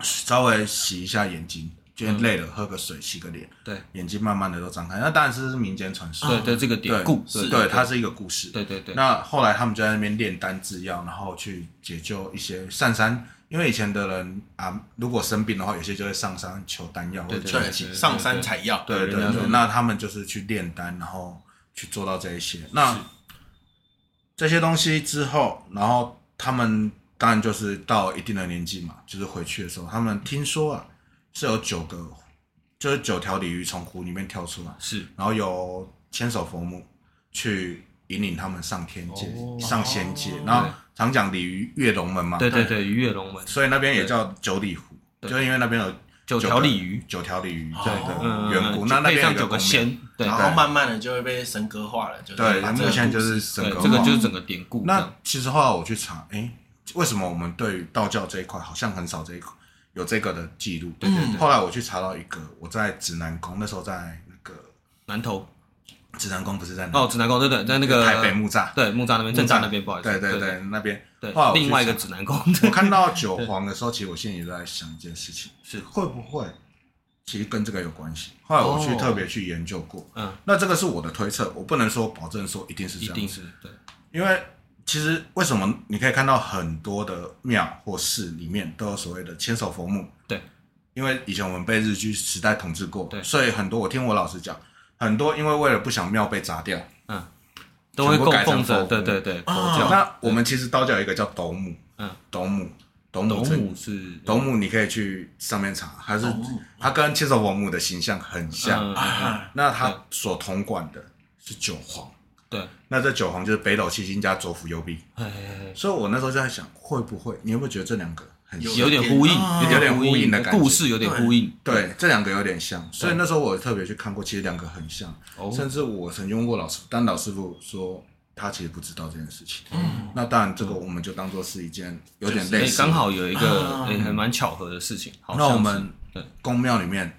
C: 稍微洗一下眼睛，觉得累了，喝个水，洗个脸，
A: 对
C: 眼睛慢慢的都张开。那当然是民间传说，
A: 对对，这个典
C: 啊对
A: 故，
C: 是
A: 对
C: 对，它是一个故事。
A: 对对对，
C: 那后来他们就在那边炼丹制药，然后去解救一些上山，因为以前的人啊，如果生病的话，有些就会上山求丹药或者
A: 对
C: 求
A: 对
C: 解
B: 对，上山采药，
C: 对对
A: 人家
C: 对
A: 说，
C: 那他们就是去炼丹，然后去做到这一些。那这些东西之后，然后他们当然就是到一定的年纪嘛，就是回去的时候，他们听说啊是有九个，就是九条鲤鱼从湖里面跳出来，
A: 是
C: 然后有千手佛母，去引领他们上天界、
A: 哦
C: 上仙界。然后
A: 对
C: 常讲鲤鱼跃龙门嘛，
A: 对对对，鱼跃龙门，
C: 所以那边也叫九里湖，就是因为那边有
A: 九
C: 个
A: 条鲤鱼，
C: 九条鲤鱼
B: 哦
C: 对的
A: 嗯，
C: 呃远古。
A: 嗯
C: 那那
A: 配
C: 边有
A: 上
C: 一
A: 九
C: 个
A: 个
C: 公庙
A: 仙，对
B: 然后慢慢的就会被神格化了，就是
C: 对，
B: 把这
C: 目
B: 个
C: 前就是整
A: 对
C: 个，
A: 这个
C: 庙
A: 就是整个典故。这
C: 那
A: 样
C: 其实后来我去查，哎、为什么我们对于道教这一块好像很少这一块有这个的记录？对
B: 对对
C: 后来我去查到一个，我在指南宫那时候在那个
A: 南投
C: 指南宫不是在那
A: 哦，指南宫对对，在那个
C: 台北木栅，
A: 对木栅那边，
C: 木
A: 正
C: 栅
A: 栅那边，不好意思，
C: 对
A: 对
C: 对对，那边。
A: 对
C: 后来我去
A: 另外一个
C: 查
A: 指南宫，
C: 我看到九皇的时候，其实我心里都在想一件事情：
A: 是
C: 会不会其实跟这个有关系？后来我去
A: 哦
C: 特别去研究过，
A: 嗯，
C: 那这个是我的推测，我不能说保证说一定是这
A: 一
C: 样，
A: 定是对，
C: 因为其实为什么你可以看到很多的庙或寺里面都有所谓的千手佛母？
A: 对，
C: 因为以前我们被日据时代统治过，
A: 对
C: 所以很多我听我老师讲，很多因为为了不想庙被砸掉，
A: 都会
C: 全部
A: 供
C: 改成
A: 奉着，
C: 佛
A: 对
C: 骨哦
A: 对对，佛
B: 啊
A: 教。
C: 那我们其实道教有一个叫斗母，
A: 嗯，
C: 斗母，斗
A: 斗
C: 母这，
A: 母是
C: 斗母你可以去上面查，它是
B: 斗母
C: 它跟千手佛母的形象很像，
A: 哦嗯
B: 啊，
C: 那它所统管的是九皇，
A: 对，
C: 那这九皇就是北斗七星加左辅右弼，
A: 哎，
C: 所以我那时候就在想，会不会你有没有觉得这两个很像？
A: 有点呼应，
B: 啊
C: 有点呼应的感觉
A: 故事有点呼应，
C: 对，这两个有点像，所以那时候我特别去看过，其实两个很像，
A: 嗯哦
C: 甚至我曾经问过老师，但老师傅说他其实不知道这件事情。嗯，那当然这个我们就当做是一件有点类
A: 哎，
C: 似的。
A: 刚好有一个
B: 啊
A: 哎还蛮巧合的事情。好
C: 那
A: 像
C: 我
A: 是
C: 们
A: 对
C: 宫庙里面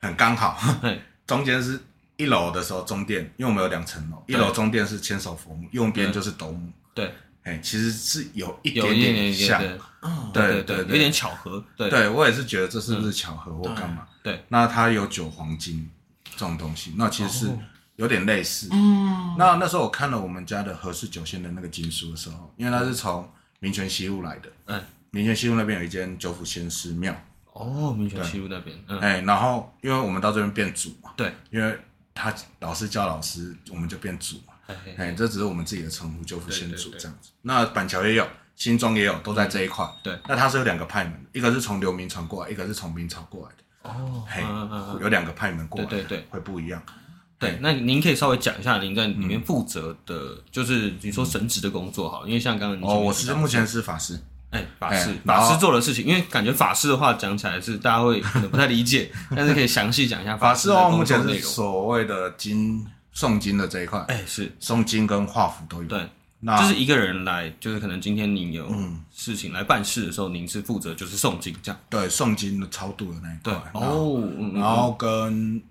C: 很刚好，
A: 对
C: 中间是一楼的时候中殿，因为我们有两层楼，一
A: 对
C: 楼中殿是千手佛母，右边就是斗母，
A: 对
C: 哎，其实是有一
A: 有
C: 点
A: 一点点
C: 像。
A: 对
B: 嗯，
C: 对
A: 对有
C: 对，
A: 点巧合，对嗯
C: 对我也是觉得这是不是巧合或干嘛？
A: 对对
C: 那它有九黄金这种东西，那其实
A: 哦
C: 是有点类似。
B: 嗯，
C: 那那时候我看了我们家的何氏九仙的那个经书的时候，因为它是从民权西路来的，
A: 嗯，
C: 民权西路那边有一间九府仙师庙，
A: 哦，民权西路那边，嗯，
C: 哎，然后因为我们到这边变主嘛，
A: 对，
C: 因为他老师叫老师，我们就变主嘛，
A: 哎哎
C: 哎，这只是我们自己的称呼，九府仙主
A: 对对对
C: 这样子。那板桥也有，新庄也有，都在这一块。
A: 对，
C: 那它是有两个派门，一个是从流民传过来，一个是从明朝过来的。
A: 哦，
C: 哎嘿
A: 嗯嗯嗯，
C: 有两个派门过来，哎
A: 对对对，
C: 会不一样。
A: 对，那您可以稍微讲一下您在里
C: 嗯
A: 面负责的，就是你说神职的工作好了，因为像刚刚你前
C: 哦，
A: 面
C: 我
A: 提
C: 是
A: 到
C: 目前是法师，
A: 哎，法师
C: 哎，然
A: 法
C: 后
A: 师做的事情，因为感觉法师的话讲起来是大家会可能不太理 解，但是可以详细讲一下
C: 法
A: 师
C: 师
A: 的
C: 哦，
A: 工
C: 目
A: 作
C: 前
A: 内
C: 是
A: 容。
C: 所谓的经诵经的这一块，
A: 哎，是
C: 诵经跟画符都有。
A: 对，
C: 那嗯
A: 就是一个人来，就是可能今天您有事情来办事的时候，您是负责就是诵经这样。
C: 对诵经的超度的那一块
A: 对，，
C: 然后
A: 哦，嗯
C: 然
A: 嗯
C: 后跟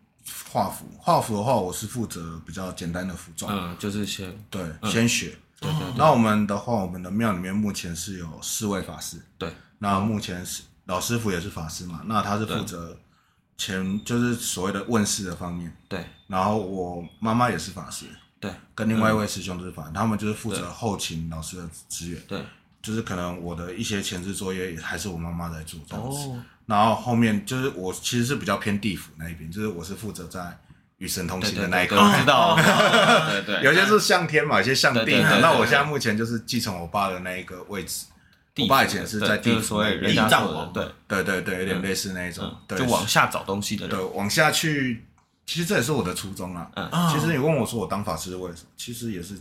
C: 画符，画符的话，我是负责比较简单的服装，
A: 嗯，就是先
C: 对，先学。对对。那我们的话，我们的庙里面目前是有四位法师，
A: 对，
C: 那目前是老师傅也是法师嘛，那他是负责前就是所谓的问世的方面，
A: 对
C: 然后我妈妈也是法师，
A: 对
C: 跟另外一位师兄都是法师，他们就是负责后勤老师的资源，
A: 对，
C: 就是可能我的一些前置作业也还是我妈妈在做这样子。
A: 哦
C: 然后后面就是我其实是比较偏地府那一边，就是我是负责在与神同
A: 对
C: 行的
A: 对
C: 那
A: 对哦对
C: 一，个。
A: 我知道，对对
C: 有
A: 对，
C: 些是向天嘛，有些向
A: 对对
C: 地
A: 对
C: 嘛。
A: 对
C: 那
A: 对
C: 我现在目前就是继承我爸的那一个位置。
A: 地
C: 我
A: 府
C: 爸以前是
A: 对
C: 在地
A: 就是
C: 府
A: 所
C: 那
A: 谓
C: 边，
A: 人家
B: 地藏
A: 做的
B: 王
A: 对，
C: 对对对，有点类似那一种，对
A: 嗯就往下找东西的
C: 对
A: 人，
C: 往下去。其实这也是我的初衷啦。
B: 嗯
C: 其实你问我说我当法师是为什么，其实也是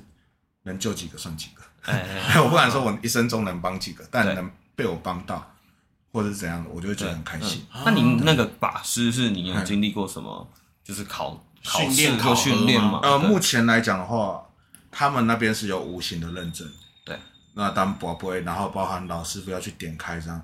C: 能救几个算几个。
A: 哎哎，哎
C: 我不敢说我一生中能帮几个，但
A: 对
C: 能被我帮到，或者是怎样的，我就会觉得很开心。
A: 嗯那
B: 哦
A: 您那个法师是你
C: 嗯
A: 有经历过什么？就是考考
B: 训
A: 试
B: 练
A: 或
B: 考核
A: 训练吗
B: 吗？
C: 呃，
A: 对
C: 目前来讲的话，他们那边是有无形的认证，
A: 对，
C: 那当宝贝，然后包含老师傅要去点开这样。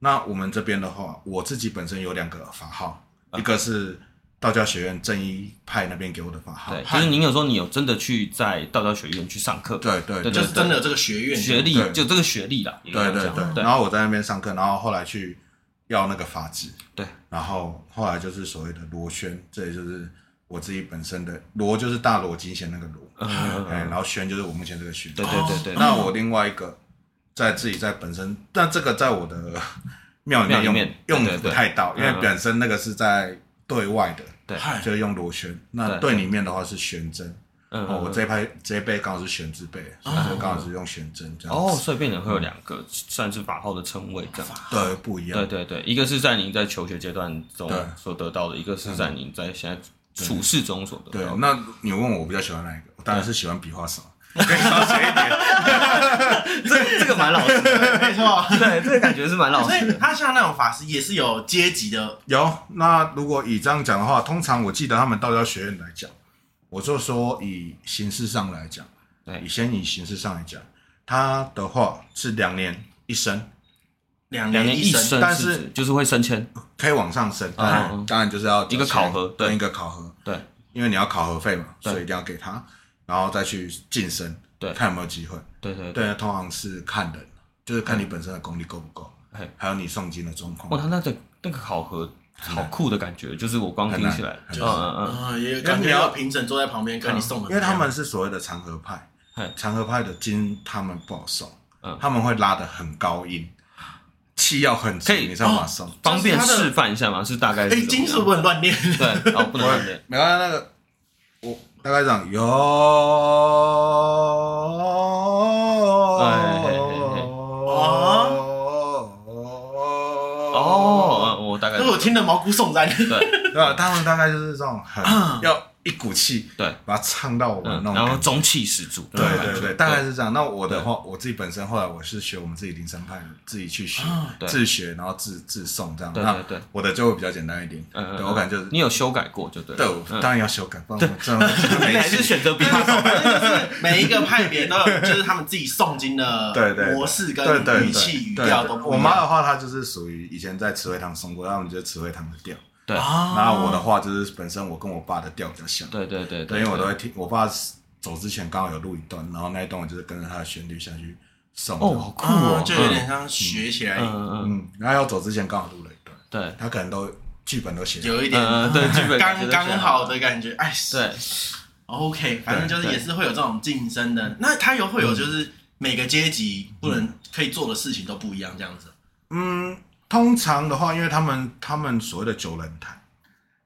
C: 那我们这边的话，我自己本身有两个法号，
A: 啊
C: 一个是道教学院正一派那边给我的法号
A: 对，，就是您有说你有真的去在道教学院去上课，
C: 对对
A: 对
C: 对
B: 就是真的有这个学院
A: 学历
C: 对
A: 就这个学历啦，也
C: 对
A: 这
C: 对
A: 样
C: 对。
A: 对
C: 然后我在那边上课，然后后来去要那个法旨，
A: 对
C: 然后后来就是所谓的罗宣，这也就是我自己本身的罗，就是大罗金仙那个罗，
A: 嗯
C: 哎，然后宣就是我目前这个宣，
A: 对对对对，
C: 那我另外一个在自己在本身，但这个在 我的庙里
A: 庙
C: 面
A: 里
C: 用
A: 面对对
C: 用
A: 对
C: 不太到，因为
A: 嗯嗯
C: 本身那个是在对外的，
A: 对
B: 嗨
C: 就是用螺旋。那对里面的话是玄针，
A: 嗯
C: 哦，我这一派这一辈刚好是玄之辈，所以我刚好是用玄针这样
A: 哦，
C: 子。
A: 所以变成会有两个算是法号的称谓这样。
C: 对，不一
A: 对
C: 样。
A: 对对，一个是在您在求学阶段中
C: 对
A: 所得到的，一个是在您在现在处事中所得。
C: 对，那你问我比较喜欢哪一个？我当然是喜欢笔 画 少，可以少写一点。
A: 这这个蛮老实的，
B: 没错。
A: 对，这个感觉是蛮老
B: 所
A: 实
B: 以
A: 的。
B: 他像那种法师也是有阶级的，
C: 有，那如果以这样讲的话，通常我记得他们道教学院来讲，我就说以形式上来讲，
A: 对
C: 以先以形式上来讲，他的话是两年一升，
B: 两
A: 两年
B: 一
A: 一
B: 生
A: 升，
C: 但
A: 是
C: 是
A: 指就是会升迁，
C: 可以往上升，当然、
A: 嗯
C: 当然就是要
A: 一个考核对
C: 跟一个考核，
A: 对，
C: 因为你要考核费嘛，
A: 对
C: 所以一定要给他，然后再去晋升，
A: 对
C: 看有没有机会。
A: 对对对。
C: 对，通常是看人，就是看你本身的功力够不够，
A: 哎
C: 还有你诵经的状况。
A: 哇，他那个那个考核好酷的感觉，就是我光听起来，嗯
C: 很难
A: 嗯嗯，
B: 嗯，也有感觉要评审坐在旁边看你送的，
C: 因为他们是所谓的长河派
A: 嘿，
C: 长河派的经他们不好送
A: 嗯，
C: 他们会拉的很高音，气要很足，
A: 可以哦
C: 你才把送。
A: 方便
B: 就是他的
A: 示范一下吗？是大概是
B: 哎
A: 怎么，样？
B: 金属不能乱念，
A: 嗯对，哦，不能
C: 我
A: 乱 念，
C: 没关系，那个我大概这样有，
A: 哎嘿嘿嘿哦，嗯我大概
B: 因为我听得毛骨悚然。
A: 对
C: 对吧？他们大概就是这种很要一股气，
A: 对，
C: 把它唱到我们
A: 嗯，
C: 那种
A: 然
C: 感
A: 后
C: 觉。
A: 中气十足，
C: 对
A: 那种感
C: 对
A: 觉
C: 对，大概是这样。那我的话，我自己本身后来我是学我们自己灵山派的，自己去学
B: 啊，
A: 对
C: 自学，然后自自诵这样。
A: 对
C: 那
A: 对对
C: 我的就会比较简单一点。
A: 嗯嗯
C: 对
A: 嗯
C: 我感觉就是
A: 你有修改过就对了，
C: 对，我
A: 嗯
C: 当然要修改，不然我真的没
A: 你还
C: 戏
A: 是选择比他少，
B: 反正就是每一个派别都有，就是他们自己诵经的
C: 对对对
B: 模式
C: 对对
B: 跟
C: 对
B: 语气语
C: 对
B: 调都不一样。
C: 我妈的话，她就是属于以前在慈惠堂送过，那我们就是慈惠堂的调。
A: 对
B: 啊，
C: 那我的话就是本身我跟我爸的调比较像，
A: 对对对
C: 对，因为我都会听我爸走之前刚好有录一段，然后那一段我就是跟着他的旋律下去送。
A: 哦，好酷
B: 啊
A: 哦，
B: 就有点像学起来
A: 嗯，嗯嗯嗯，
C: 嗯，然后要走之前刚好录了一段，
A: 对，
C: 他可能都剧本都写了。
B: 有一点
A: 嗯嗯对，基本感觉
B: 刚
A: 都
B: 刚
A: 这样，
B: 好的感觉，哎，
A: 对，
B: OK，反正就是
A: 对
B: 也是会有这种晋升的。那他有会有就是每个阶级不能可以做的事情都不一样，这样子。
C: 嗯，通常的话，因为他们他们所谓的九人坛，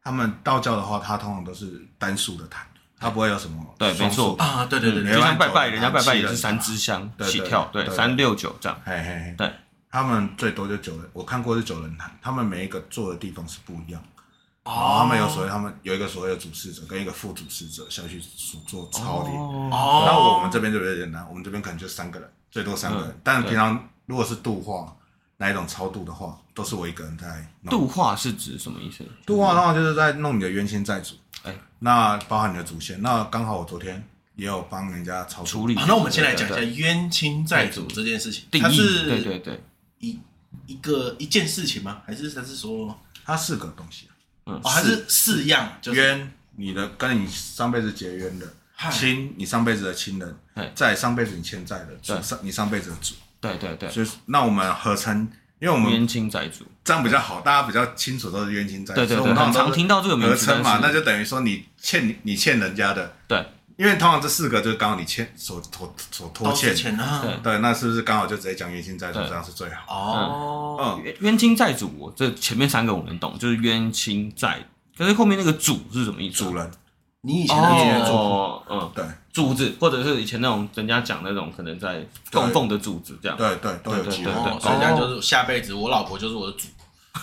C: 他们道教的话，它通常都是单数的坛，它不会有什么
A: 对没
C: 双数
A: 错
C: 的。
B: 啊，对对对对，
C: 嗯没
A: 就
C: 有
A: 像拜拜，
C: 九
A: 人家拜拜
C: 七
A: 也是
C: 人
A: 三支香
C: 对对
A: 起跳，对，
C: 对
A: 三六九这样，
C: 嘿嘿嘿，
A: 对，
C: 他们最多就九人，我看过是九人坛，他们每一个坐的地方是不一样。
B: 哦
C: 他们有所谓，他们有一个所谓的主事者跟一个副主事者下去做操练。
A: 哦，
B: 哦，
C: 那我们这边就比较简单，我们这边可能就三个人，最多三个人。但
A: 嗯对
C: 平常如果是度化哪一种超度的话，都是我一个人在弄。
A: 度化是指什么意思？
C: 度化的话，啊就是在弄你的冤亲债主，
A: 哎
C: 那包含你的祖先。那刚好我昨天也有帮人家超度
A: 处理
B: 啊好，那我们先来讲一下
A: 对对
B: 冤亲债主这件事情，
A: 定
B: 它
A: 义，
B: 是
A: 对对对，
B: 一一个一件事情吗？还是它是说
C: 它四个东西啊，
A: 嗯
B: 哦，还是四样？就是
C: 冤你的跟你上辈子结冤的
B: 嗨，
C: 亲你上辈子的亲人
A: 哎，
C: 在上辈子你欠债的主，
A: 对
C: 上你上辈子的主。
A: 对对对，
C: 所以那我们合称，因为我们
A: 冤亲债主，
C: 这样比较好，大家比较清楚都是冤亲债主，
A: 对对
C: 所以我
A: 对，
C: 们
A: 很
C: 通常
A: 常
C: 都是
A: 听到这个名
C: 合
A: 字，
C: 称嘛，那
A: 但是
C: 就等于说你欠你你欠人家的，
A: 对
C: 因为通常这四个就是刚好你欠所拖所拖
B: 都
C: 欠
B: 是，钱啊？
C: 对，那是不是刚好就直接讲冤亲债主，
A: 对
C: 这样是最好？
B: 哦，
C: 嗯，
A: 冤冤亲债主，我这前面三个我能懂，就是冤亲债，可是后面那个主是什么意思啊？
C: 主人，
B: 你以前的
C: 前的主
A: 哦，嗯，
C: 对
A: 主子，或者是以前那种人家讲那种可能在供奉的主子这样，
C: 对对都有
A: 对
C: 机
A: 对
C: 会
B: 哦，
A: 对，
B: 所以这样就是下辈子我老婆就是我的主
A: 或者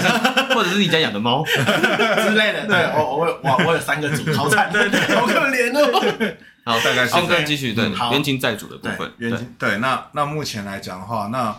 A: 是或者是你家养的猫，
B: 之类的。对，我我有我我有三个主，好惨，对对， 好可怜哦。
A: 好，大概是
B: OK
A: 再继续对
B: 嗯好
A: 冤亲债主的部分，
C: 冤
A: 对
C: 亲对，那那目前来讲的话，那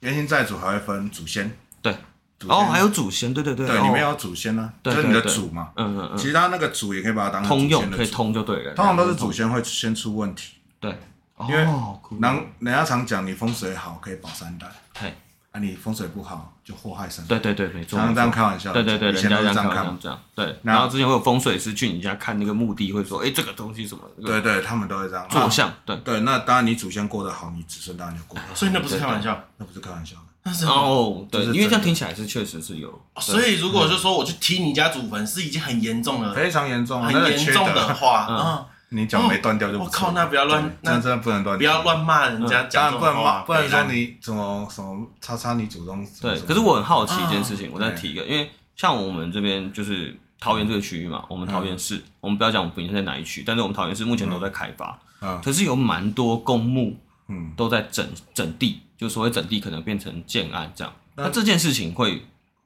C: 冤亲债主还会分祖先，
A: 对，
C: 祖先
A: 哦，还有祖先，对对对
C: 对，
A: 哦
C: 里面有祖先呢，就
A: 对
C: 是你的
A: 对对
C: 主嘛，
A: 嗯嗯
C: 其
A: 嗯，
C: 实他那个主也可以把它当成
A: 通
C: 祖
A: 用
C: 先的
A: 可以
C: 主，
A: 通就对了，
C: 通常都是祖先会先出问题，
A: 对，哦
C: 因为
A: 好酷
C: 人人家常讲你风水好可以保三代，
A: 嘿
C: 啊你风水不好就祸害三代，
A: 对对对，没错，
C: 常常这样
A: 没错
C: 开玩笑，
A: 对对对，
C: 以
A: 人
C: 前
A: 家
C: 都
A: 这样
C: 是这
A: 看好
C: 样看
A: 像，这样，对。
C: 那
A: 然后之前会有风水师去你家看那个墓地，会说，哎，这个东西什么，这个
C: 对对，他们都会这样
A: 坐
C: 那
A: 像，对，
C: 对，那当然你祖先过得好，你子孙当然就过得好，
B: 所以那不是开玩笑，
C: 那不是开玩笑的，
B: 那是
A: 哦，对，
C: 这是
A: 因为这
C: 真
A: 样
C: 的
A: 听起来是确实是有，
B: 哦所以如果就说我去踢你家祖坟，是已经很严重了，
C: 非常严重啊，
B: 很
C: 那个
B: 严
C: 缺
B: 重
C: 德
B: 的，话，
A: 嗯
B: 嗯，
C: 你脚没断掉就不
B: 我
C: 错
B: 靠，那不要
C: 对
B: 乱，
C: 真
B: 那
C: 的真的不能断，
B: 不要，乱骂人家，
C: 当
B: 讲
C: 然
B: 这
C: 不能
B: 种
C: 骂，
B: 话，
C: 不能说
B: 北兰
C: 你怎么什么叉叉你祖宗，
A: 对。
C: 什么
A: 可是我很好奇一件事情，
B: 啊
A: 我再提一个，因为像我们这边就是桃园这个区域
C: 嗯
A: 嘛，我们桃园市，我们不要讲我们本身在哪一区，但是我们桃园市目前都在开发，
C: 嗯
A: 可是有蛮多公墓
C: 嗯，
A: 都在整整地，就所谓整地可能变成建案这样。
C: 那
A: 那这件事情会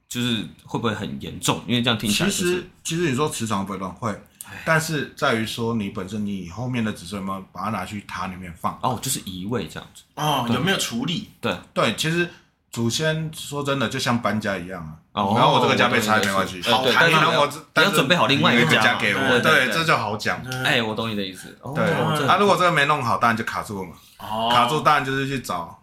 A: 就是会不会很严重？因为这样听起
B: 啊
A: 来
C: 其
A: 就是
C: 实其实你说磁场会乱会，
B: 哎
C: 但是在于说你本身你后面的子孙有没有把它拿去塔里面放？
A: 哦，就是移位这样子。
B: 哦，有没有处理？
A: 对，
C: 对，其实祖先说真的就像搬家一样啊。
A: 哦
C: 然后我这个家被拆没关系，
A: 对对对
B: 好
A: 但
B: 看
A: 是
C: 然
A: 你
C: 后我
A: 要
C: 这
A: 你
C: 但
A: 要
C: 是
A: 准备好另外一
C: 你
A: 个
C: 有家
A: 嘛
C: 给我，
A: 对
C: 对，
A: 对
C: 这就好讲。
B: 哦嗯
A: 哎，我懂你的意思。哦
C: 对，
A: 这
C: 嗯啊，如果这个没弄好，当然就卡住了嘛。
B: 哦，
C: 卡住当然就是去找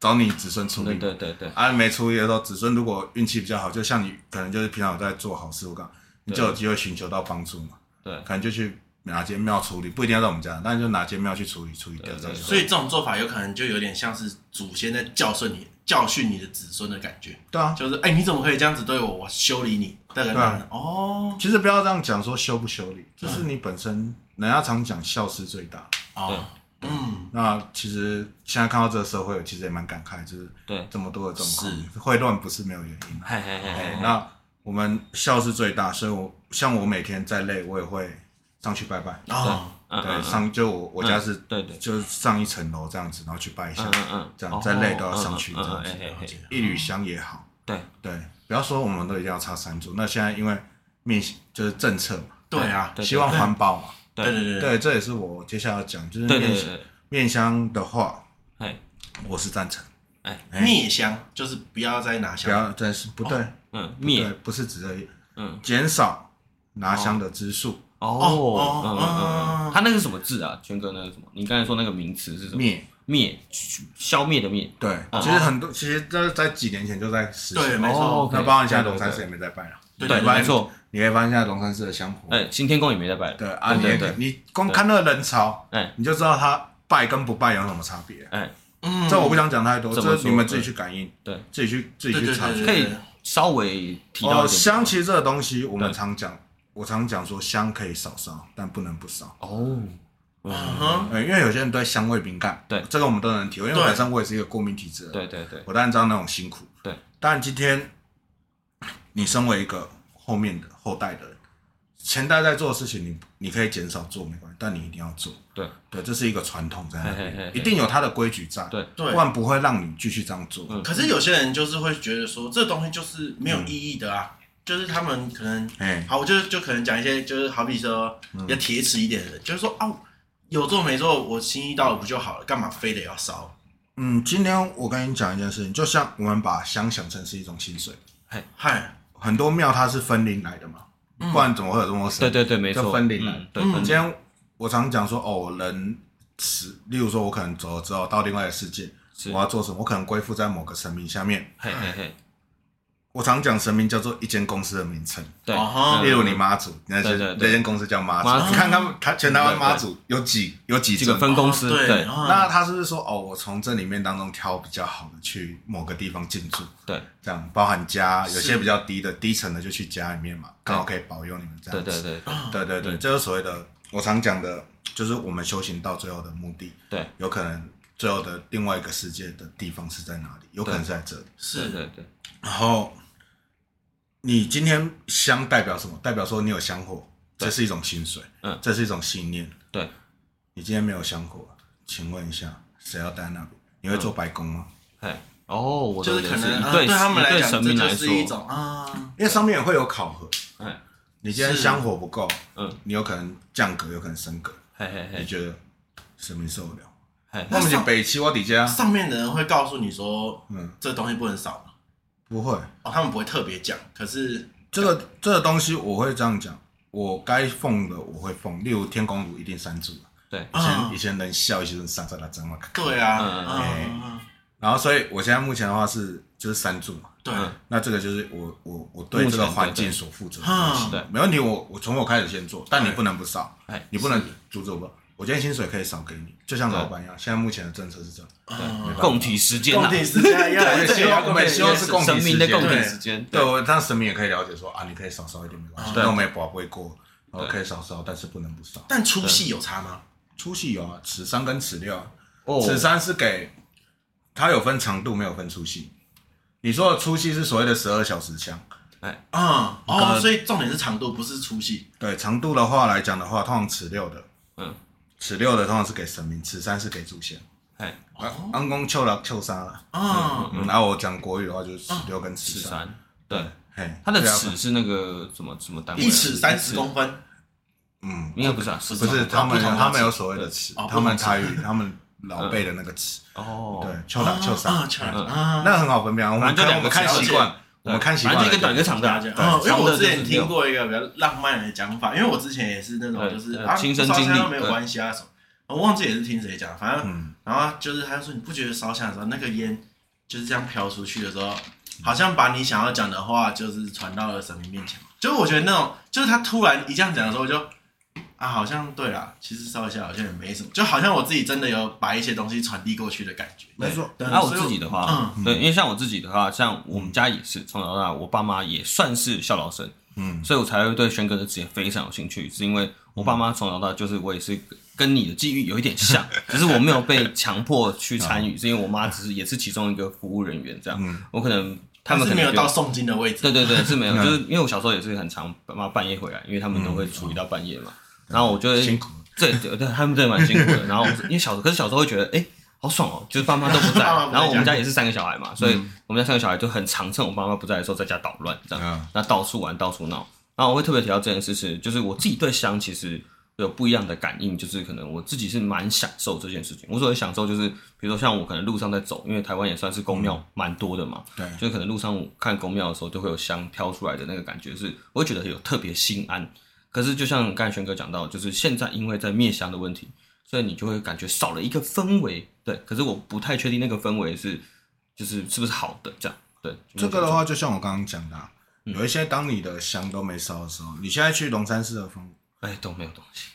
C: 找你子孙处
A: 对
C: 理。
A: 对对对，
C: 啊，没处理的时候，子孙如果运气比较好，就像你可能就是平常有在做好事，我讲你就有机会寻求到帮助嘛。
A: 对
C: 可能就去哪间庙处理，不一定要在我们家，但就哪间庙去处理处理掉这样
A: 对
C: 子。
B: 所以这种做法有可能就有点像是祖先在教训你、教训你的子孙的感觉，
C: 对啊，
B: 就是哎、你怎么可以这样子对我？我修理你，这个
C: 对啊
B: 人哦
C: 其实不要这样讲说修不修理，就是你本身，人家常讲孝是最大。
B: 哦，嗯，
C: 那其实现在看到这个社会，其实也蛮感慨，就是
A: 对
C: 这么多的状况，会乱不是没有原因。
A: 嘿嘿嘿
C: 哎
A: 嘿，嘿，
C: 那我们孝是最大，所以我像我每天再累，我也会上去拜拜。
B: 哦，
A: 嗯
C: 对，
A: 嗯
C: 上就我我家是，
A: 对对
C: 就是上一层楼这样子，然后去拜一下
A: 嗯，嗯嗯，
C: 这
A: 哦
C: 样再累都要上去
A: 嗯
C: 这
A: 嗯
C: 样
A: 嗯
C: 子
A: 哎，嘿嘿
B: 了解
C: 一缕香也好。
A: 对
C: 对，不要说我们都一定要插三柱，那现在因为面向就是政策嘛，
B: 对啊，
A: 对
C: 希望环保嘛，
B: 对对
A: 对
B: 对
C: 对，这也是我接下来要讲，就是
A: 对对
C: 面
A: 对
C: 向
A: 对，
C: 面香的话，
A: 哎
C: 我是赞成，
A: 哎，
B: 灭香就是不要再拿
C: 不
B: 香，
C: 要但是不对，
A: 嗯
C: 不对
A: 灭，
C: 不是指的，
A: 嗯
C: 减少拿香的支数，
A: 哦嗯嗯
B: 哦
A: 嗯
B: 哦
A: 嗯，他那个是什么字啊？全哥那个什么？你刚才说那个名词是什哦么？
C: 灭。
A: 灭，消灭的灭。
C: 对，其实很多，其实这在几年前就在实
B: 对，
C: 行。
B: 没
A: 哦
B: 错，
A: ，OK
C: 那包含现在龙山寺也没在拜了。
B: 对
A: 对，
C: 你发
A: 没
C: 现
A: 错。
C: 你会发现现在龙山寺的香火，
A: 哎，新天宫也没在拜了。
C: 对啊，你
A: 对
C: 也
A: 对，
C: 你光看那个人潮，
A: 哎
C: 你就知道他拜跟不拜有什么差别。
A: 哎，
B: 嗯，
C: 这我不想讲太多，
A: 怎么
C: 这
A: 说
C: 你们自己去感应，
A: 对，
C: 自己去自
B: 对
C: 己
B: 对
C: 去查
B: 对。对，
A: 可以
B: 对
A: 稍微提到
C: 哦，
A: 一点
C: 香其实这个东西，我们
A: 对
C: 常讲，我常讲说香可以少烧，但不能不烧。
A: 哦，
B: 嗯哼，
C: 呃，因为有些人对香味敏感，
A: 对
C: 这个我们都能体会，因为
B: 对
C: 本身我也是一个过敏体质，，
A: 对对对，
C: 我当然知道那种辛苦，
A: 对。
C: 但今天你身为一个后面的后代的人，前代在做的事情你，你可以减少做没关系，但你一定要做，
A: 对
C: 对，这是一个传统在
A: 嘿
C: 那
A: 嘿嘿
C: 边，
A: 嘿
C: 一定有它的规矩在，
A: 对
B: 对
C: 不然不会让你继续这样做，
A: 嗯
B: 可是有些人就是会觉得说，这东西就是没有意义的啊，就是他们可能，
C: 哎
B: 好，我就就可能讲一些，就是好比说比较铁齿一点的人，就是说哦，有做没做，我心意到了不就好了，干嘛非得要烧？
C: 嗯，今天我跟你讲一件事情，就像我们把香想成是一种薪水，
B: 嗨，
C: 很多庙它是分灵来的嘛，
A: 嗯
C: 不然怎么会有这么多神？
A: 对对对，没
C: 就
A: 错，
C: 分灵来
A: 嗯对，
B: 嗯
A: 分
C: 今天我常讲说，哦，人死，例如说我可能走了之后到另外的世界，
A: 是
C: 我要做什么？我可能归附在某个神明下面。
A: 嘿嘿嘿，
C: 我常讲神明叫做一间公司的名称，
A: 对，
B: 哦哈
A: 嗯
C: 例如你妈祖，那
A: 对
C: 些
A: 对
C: 那
A: 对
C: 间公司叫妈
A: 妈
C: 祖。
A: 祖
C: 你看看他全台湾
A: 对对
C: 妈祖有几有几
A: 几
C: 尊
A: 个分公司，
B: 对，
A: 对
B: 啊
C: 那他是不是说哦，我从这里面当中挑比较好的去某个地方进驻？
A: 对
C: 这样包含家，有些
B: 是
C: 比较低的低层的就去家里面嘛，刚好可以保佑你们这
A: 对
C: 样
A: 对
C: 子。
A: 对对
C: 对对对，这就是所谓的我常讲的，就是我们修行到最后的目的，
A: 对，
C: 有可能最后的另外一个世界的地方是在哪里？有可能是在这里。
A: 对
B: 是
A: 对对，
C: 然后你今天香代表什么？代表说你有香火，这是一种薪水，
A: 嗯
C: 这是一种信念。
A: 对，
C: 你今天没有香火，请问一下，谁要待那边？你会
A: 嗯
C: 做白工吗？
A: 嘿，哦，我
B: 就是
A: 懂
B: 可
A: 你的
B: 能
A: 意思
B: 啊
A: 对
B: 他们来
A: 对
B: 讲，
A: 神
B: 这
A: 明
B: 就
A: 来
B: 是一
A: 说，
B: 种啊，
C: 因为上面也会有考核。
A: 哎，
C: 你今天
B: 是
C: 香火不够，
A: 嗯，
C: 你有可能降格，有可能升格。
A: 嘿嘿
C: 你
A: 嘿
C: 觉得神明受得了？
A: 嘿，
C: 我
B: 那
C: 们是
B: 上
C: 北齐，我底下
B: 上面的人会告诉你说，
C: 嗯
B: 这东西不能少嘛
C: 不会。
B: 哦，他们不会特别讲，可是
C: 这个这个东西我会这样讲，我该奉的我会奉，例如天公炉一定三柱。
A: 对，
C: 以
B: 啊
C: 前以前人笑，以前人上上来怎么？
B: 对啊，
A: 嗯
B: 嗯，
C: 然后所以我现在目前的话是就是三柱嘛，
B: 对，
A: 嗯
C: 那这个就是我我我对这个环境所负责的东西
B: 目前
A: 对对，
C: 没问题，我我从我开始先做，但你不能不少
A: 哎，
C: 你不能阻止我吧。我今天薪水可以少给你，就像老板一样。现在目前的政策是这样，
B: 嗯，
A: 共体时间啊
B: 共
A: 呐，
B: 体时间要
C: 对希望
A: 对
C: 我们也希望是共体
A: 神明的
C: 时间
A: 共体
B: 对
A: 时间，
C: 对我让神明也可以了解说啊，你可以少烧一点没关系，
A: 对
C: 那我们也不会过，然后
A: 对
C: 可以少烧，但是不能不少。
B: 但粗细有差吗？
C: 粗细有啊，尺三跟尺六啊。
A: 哦，
C: 尺三是给它有分长度，没有分粗细。你说的粗细是所谓的十二小时枪，
B: 嗯，
C: 可
B: 哦，
C: 能
B: 所以重点是长度，不是粗细。
C: 对长度的话来讲的话，通常尺六的，
A: 嗯，
C: 尺六的通常是给神明，尺三是给祖先。
A: 嘿，
C: 啊，安公丘了丘杀了，
B: 嗯，
C: 嗯，然后我讲国语的话就是尺六跟尺
A: 十
C: 三，
A: 三，对，
C: 嘿，
A: 它的
C: 对啊
A: 尺是那个什么什么单位啊？
B: 一尺三十公分，
C: 嗯，
A: 应该不是啊，十
C: 不是
B: 哦
C: 他
B: 不
C: 们
B: 同的
C: 他们
B: 尺
C: 有所谓的尺
B: 哦，
C: 他
B: 不同
C: 们
B: 尺
C: 台语他们老辈的那个尺，
A: 哦，
C: 对，秋打秋
B: 啊，
C: 三，
B: 球
A: 嗯
B: 啊，
C: 那很好分辨啊。我
A: 反
C: 们
A: 正就两个
C: 看我们看
A: 尺
C: 习惯，我们看习惯
A: 反正就
C: 了就
A: 一个短一个长的啊，
B: 哦，因为
A: 长
B: 我
A: 的
B: 之
A: 就是
B: 前听
A: 六，
B: 过一个比较浪漫的讲法，因为我之前也是那种就是
A: 对
B: 啊，
A: 亲身经历
B: 烧香都没有关系啊什么，我忘记也是听谁讲，反正
C: 嗯，
B: 然后就是他就说你不觉得烧香的时候那个烟就是这样飘出去的时候，好像把你想要讲的话就是传到了神明面前，就是我觉得那种就是他突然一这样讲的时候我就。啊，好像对啦，其实烧一下好像也没什么，就好像我自己真的有把一些东西传递过去的感觉。
C: 没错
B: 对
A: 啊，我
B: 嗯所以嗯
A: 自己的话，对，因为像我自己的话，像我们家也是从小到大，我爸妈也算是孝老生，
C: 嗯，
A: 所以我才会对轩哥的职业非常有兴趣，是因为我爸妈从小到大就是我也是跟你的际遇有一点 像，只是我没有被强迫去参
C: 嗯
A: 与，是因为我妈只是也是其中一个服务人员这样，我可能他们
B: 但
A: 可
B: 是
A: 能
B: 没有
A: 比
B: 到
A: 我
B: 诵经的位置。
A: 对对 对，是没有，
C: 嗯
A: 就是因为我小时候也是很常爸妈半夜回来，因为他们都会处理到半夜嘛，然后我就会
C: 嗯辛苦了，
A: 对对对，他们真的蛮辛苦的。然后我是因为小，可是小时候会觉得，哎、好爽哦，就是爸妈都 不在。
B: 爸妈不在
A: 然后我们家也是三个小孩嘛，所以我们家三个小孩就很常趁我爸妈不在的时候在家捣乱，这样，
C: 嗯
A: 那到处玩，到处闹。然后我会特别提到这件事是，就是我自己对香其实有不一样的感应，就是可能我自己是蛮享受这件事情。我所谓享受，就是比如说像我可能路上在走，因为台湾也算是公庙蛮多的嘛，
C: 对
A: 所以可能路上看公庙的时候，就会有香飘出来的那个感觉是，我会觉得有特别心安。可是就像刚才轩哥讲到，就是现在因为在灭香的问题，所以你就会感觉少了一个氛围。对，可是我不太确定那个氛围是就是是不是好的这样。对，
C: 这个的话，就像我刚刚讲的啊，有一些当你的香都没烧的时候，你现在去龙山寺的风
A: 哎，懂没有东西？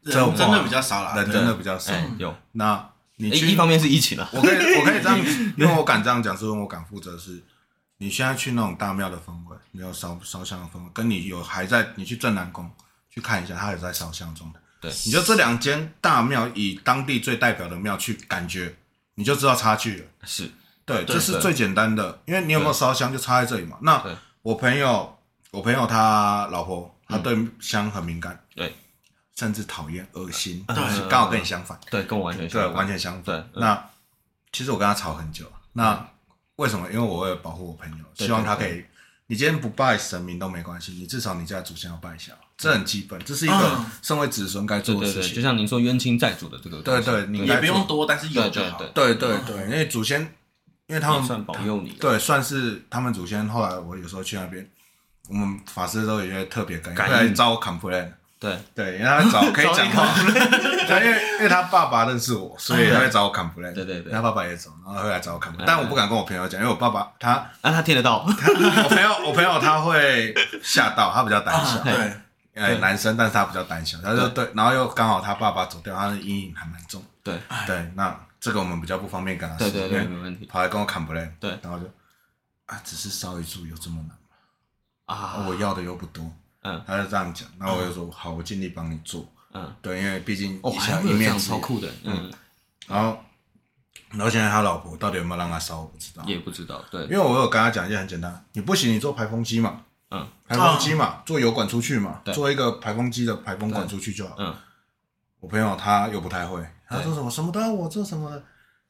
B: 人
C: 这话
B: 真的比较少啦，
C: 人
B: 对
C: 真的比较少，
A: 哎，有。
C: 那嗯你
A: 哎
C: 去
A: 一方面是疫情啊，
C: 我可以，我可以这样，因为我敢这样讲，是因为我敢负责是。你现在去那种大庙的氛围，没有烧烧香的氛围，跟你有还在你去正南宫去看一下，它有在烧香中的。
A: 对
C: 你就这两间大庙以当地最代表的庙去感觉，你就知道差距了。
A: 是
C: 对，
A: 对
C: 这是
A: 对
C: 最简单的，因为你有没有烧香就差在这里嘛。那
A: 对
C: 我朋友，我朋友他老婆，他对香很敏感，
A: 嗯对，
C: 甚至讨厌、恶心，
A: 对
C: 就是刚好跟你相反。
A: 对，跟我完全
C: 对，
A: 相反
C: 完全相反。
A: 对嗯
C: 那其实我跟他吵很久。那为什么？因为我为了保护我朋友，
A: 对
C: 希望他可以。你今天不拜神明都没关系，你至少你家祖先要拜一下，这很基本，这是一个
B: 嗯
C: 身为子孙该
A: 对
C: 做的
A: 啊对
C: 事
A: 对，就
C: 情。
A: 像您说冤亲债主的这个东
C: 对
A: 西，
C: 对，你应
B: 也
C: 该
B: 不用多，但是有就好。
A: 对对
C: 做。对对对，因为祖先，因为他
A: 也
C: 们
A: 算保佑你。
C: 对，算是他们祖先。后来我有时候去那边，我们法师都有一些特别感应，
A: 感
C: 会来
A: 应
C: 找我 complain。
A: 对，
C: 对，因为他找可以
B: 找
C: 讲
B: 你
C: 话， 对，因为因为他爸爸认识我，所以他会找我 complain。
A: 对对对
C: 他爸爸也走，然后会来找我 complain，
A: 嗯
C: 但我不敢跟我朋友讲，因为我爸爸他，
A: 那啊他听得到，
C: 我朋友我朋友他会吓到，他比较胆小
B: 啊，，对，
C: 哎，男生，但是他比较胆小，他就对，然后又刚好他爸爸走掉，他的阴影还蛮重。
A: 对
C: 对，那这个我们比较不方便跟他说，
A: 对哎对对，
C: 因为
A: 没问题
C: 跑来跟我 complain，
A: 对
C: 然后就啊，只是烧一柱有这么难吗？啊
A: 啊。
C: 我要的又不多，
A: 嗯
C: 他就这样讲，那我就说好，我尽力帮你做，
A: 嗯，
C: 对，因为毕竟
A: 哦，
C: 一
A: 还
C: 下
A: 会
C: 一
A: 有这
C: 面
A: 样
C: 之
A: 超
C: 缘，
A: 酷的，嗯，
C: 然后然后现在他老婆到底有没有让他烧，我不知道，
A: 也不知道，对
C: 嗯因，为我有跟他讲一件很简单，你不行，你做排风机嘛，
A: 嗯，
C: 排风机嘛，做油管出去嘛，
A: 对
C: 做一个排风机的排风管出去就好。
A: 嗯，
C: 我朋友他又不太会，他
A: 对
C: 说什么什么都要我做什么的，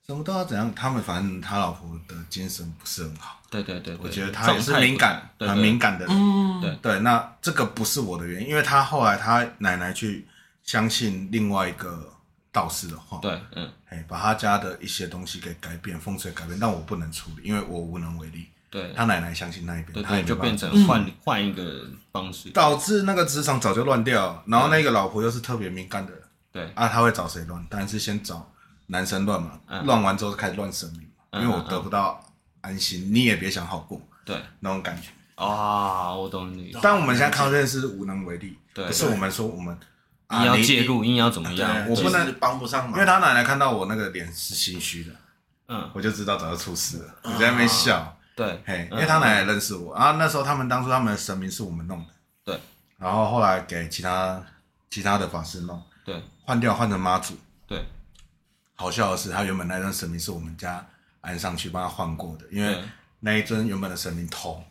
C: 什么都要怎样，他们反正他老婆的精神不是很好，
A: 对对对，对
C: 我觉得他也是敏感，
A: 状态不对对
C: 很
A: 对
C: 敏感的人。
B: 嗯，
A: 对
C: 对，那这个不是我的原因，因为他后来他奶奶去相信另外一个道士的话，
A: 对，嗯，
C: 哎，把他家的一些东西给改变，风水改变，但我不能处理，因为我无能为力。
A: 对，
C: 他奶奶相信那一边，
A: 对
C: 他也
A: 对，
C: 嗯没
A: 就
C: 办法
A: 变成换换一个方式，
C: 导致那个职场早就乱掉，然后那个老婆又是特别敏感的人
A: 嗯对，
C: 啊，他会找谁乱？当然是先找男生乱嘛，
A: 嗯
C: 乱完之后就开始乱神明嘛，
A: 嗯
C: 因为我得不到安心，你也别想好过
A: 对，
C: 那种感觉。
A: 啊，我懂你，
C: 但我们现在看到这件事无能为力，
A: 对
C: 不是我们说我们
A: 硬
C: 啊
A: 要
C: 你
A: 介入，硬要怎么样，
B: 对
C: 啊我
A: 其
C: 不
A: 实
C: 能
B: 其实帮不上
C: 因
B: 忙，
C: 为他奶奶看到我那个脸是心虚的，
A: 嗯，
C: 我就知道早就出事了，我在那边笑，
A: 对，
C: 嘿，因
A: 嗯
C: 为他奶奶认识我啊，那时候他们当初他们的神明是我们弄的，
A: 对，
C: 然后后来给其他其他的法师弄，
A: 对
C: 换掉换成妈祖。
A: 对
C: 好笑的是，他原本那尊神明是我们家安上去帮他换过的，因为
A: 对
C: 那一尊原本的神明头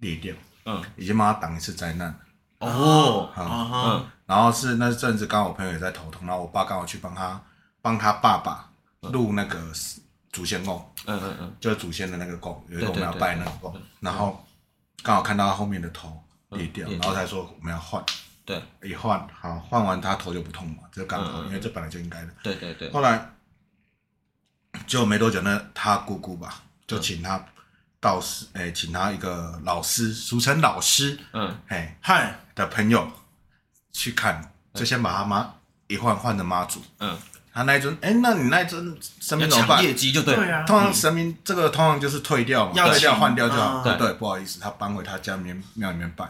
C: 裂掉，
A: 嗯，
C: 已经帮他挡一次灾难了。
A: 哦，
B: 啊哈，
A: 嗯，
C: 然后是那阵子刚好我朋友也在头痛，然后我爸刚好去帮他帮他爸爸录那个祖先供，
A: 嗯嗯嗯，
C: 就是祖先的那个供，有一个我
A: 对对
C: 们要
A: 对
C: 拜
A: 对
C: 那个供，然后刚好看到他后面的头裂掉，
A: 嗯裂
C: 然
A: 掉
C: 后才说我们要换，
A: 对
C: 一换好换完他头就不痛了，这刚
A: 嗯
C: 好，因为这本来就应该的。
A: 对对对，
C: 后来就没多久呢，他姑姑吧就
A: 嗯
C: 请他道士，哎、请他一个老师，俗称老师，
A: 嗯，
C: 哎、
B: 嗨，
C: 的朋友去看，就先把他妈一换换成妈祖，
A: 嗯，
C: 他那一尊，哎、那你那一尊神
A: 要
C: 明怎
A: 抢
C: 么办？
A: 业绩就对了，
B: 对啊，
C: 通常神明这个通常就是退掉嘛，
B: 要
C: 退掉
B: 请
C: 换掉就好。
B: 啊
C: 对对，不好意思，他搬回他家里面庙里面拜。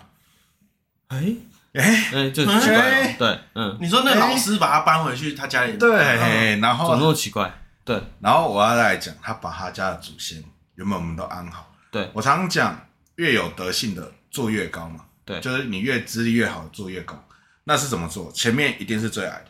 A: 哎
C: 哎，
A: 哎，这很奇怪哦
C: 哎，
A: 对，嗯，
B: 你说那老师把他搬回去他家里，
C: 对，
B: 嗯
C: 嘿
A: 怎么
C: 然
A: 那
C: 后
A: 么奇怪？对
C: 然后我要再来讲，他把他家的祖先原本我们都安好。
A: 对
C: 我常常讲，越有德性的做越高嘛，
A: 对，
C: 就是你越资历越好做越高。那是怎么做？前面一定是最矮的，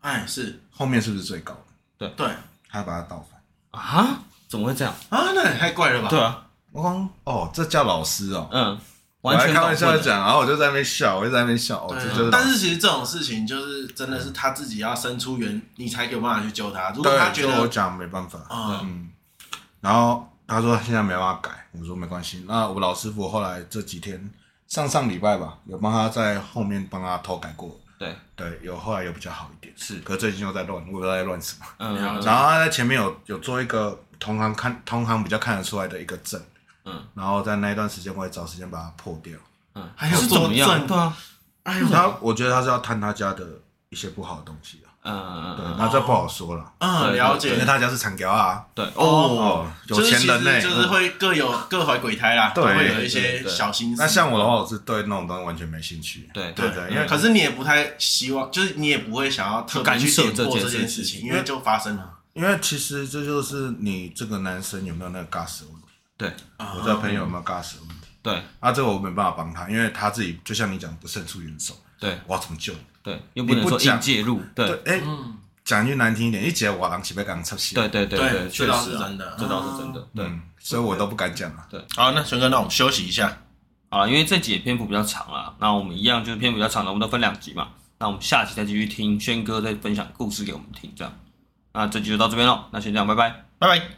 B: 哎，是
C: 后面是不是最高的？
B: 对
C: 他把它倒反。
A: 啊，怎么会这样？
B: 啊，那也太怪了吧？
A: 对啊，
C: 我讲哦，这叫老师哦，
A: 嗯，
C: 我
A: 完
C: 还
A: 全
C: 开玩
A: 搞
C: 笑
A: 混了
C: 讲，然后我就在那边笑，我就在那边笑，哦，
B: 对
C: 这
B: 啊
C: 就是老
B: 但
C: 师。嗯
B: 是其实这种事情就是真的是他自己要伸出援，你才有办法去救他。如果他觉
C: 对，就我
B: 得
C: 讲没办法。嗯
B: 啊，
C: 然后他说现在没办法改，我说没关系。那我老师傅后来这几天上上礼拜吧，有帮他在后面帮他偷改过，
A: 对，
C: 对，有后来有比较好一点。
A: 是
C: 可最近又在乱，我也不知道在乱什么。
A: 嗯，
C: 然后他在前面有有做一个同行看同行比较看得出来的一个阵，
A: 嗯，
C: 然后在那一段时间我也找时间把它破掉。
A: 嗯，
B: 还有
A: 是怎么
B: 作证
A: 样？对啊，
B: 哎呦，
C: 他我觉得他是要探他家的一些不好的东西啊，
A: 嗯嗯
C: 对，
A: 嗯，
C: 那这不好说了，
B: 嗯，了
C: 因为
B: 解，
C: 他家是产条啊，
A: 对哦，
C: 哦，有钱人
B: 呢，
C: 呢，嗯
B: 就是会各有各怀鬼胎啦，
C: 对
B: 都会有一
A: 对
B: 些
A: 对
B: 小心思。
C: 那像我的话，我是对那种东西完全没兴趣。
A: 对
C: 对对，因为
B: 可是你也不太希望，就是你也不会想要特别去点破这件事情，因为就发生了。
C: 因为其实这就是你这个男生有没有那个 gas 的问题，
A: 对
B: 啊
C: 我这个朋友有没有 gas 的问题。
A: 对
C: 啊，这个我没办法帮他，因为他自己就像你讲不伸出援手，
A: 对
C: 我要怎么救你？
A: 对，又不能
C: 你不
A: 说硬
C: 讲
A: 介入，对嗯
C: 对，哎，讲句难听一点，一姐我狼岂被刚出息，
A: 对对对
B: 对
A: 确
B: 这倒
A: 实
B: 是
A: 啊
B: 真的
A: 这倒是真的，对。
C: 嗯，所以我都不敢讲啊。
B: 好，那全哥，那我们休息一下。
A: 啊，因为这集也篇幅比较长啊，那我们一样就是篇幅比较长的，我们都分两集嘛。那我们下集再继续听轩哥再分享故事给我们听，这样。那这集就到这边喽，那先这样，拜拜。
B: 拜拜。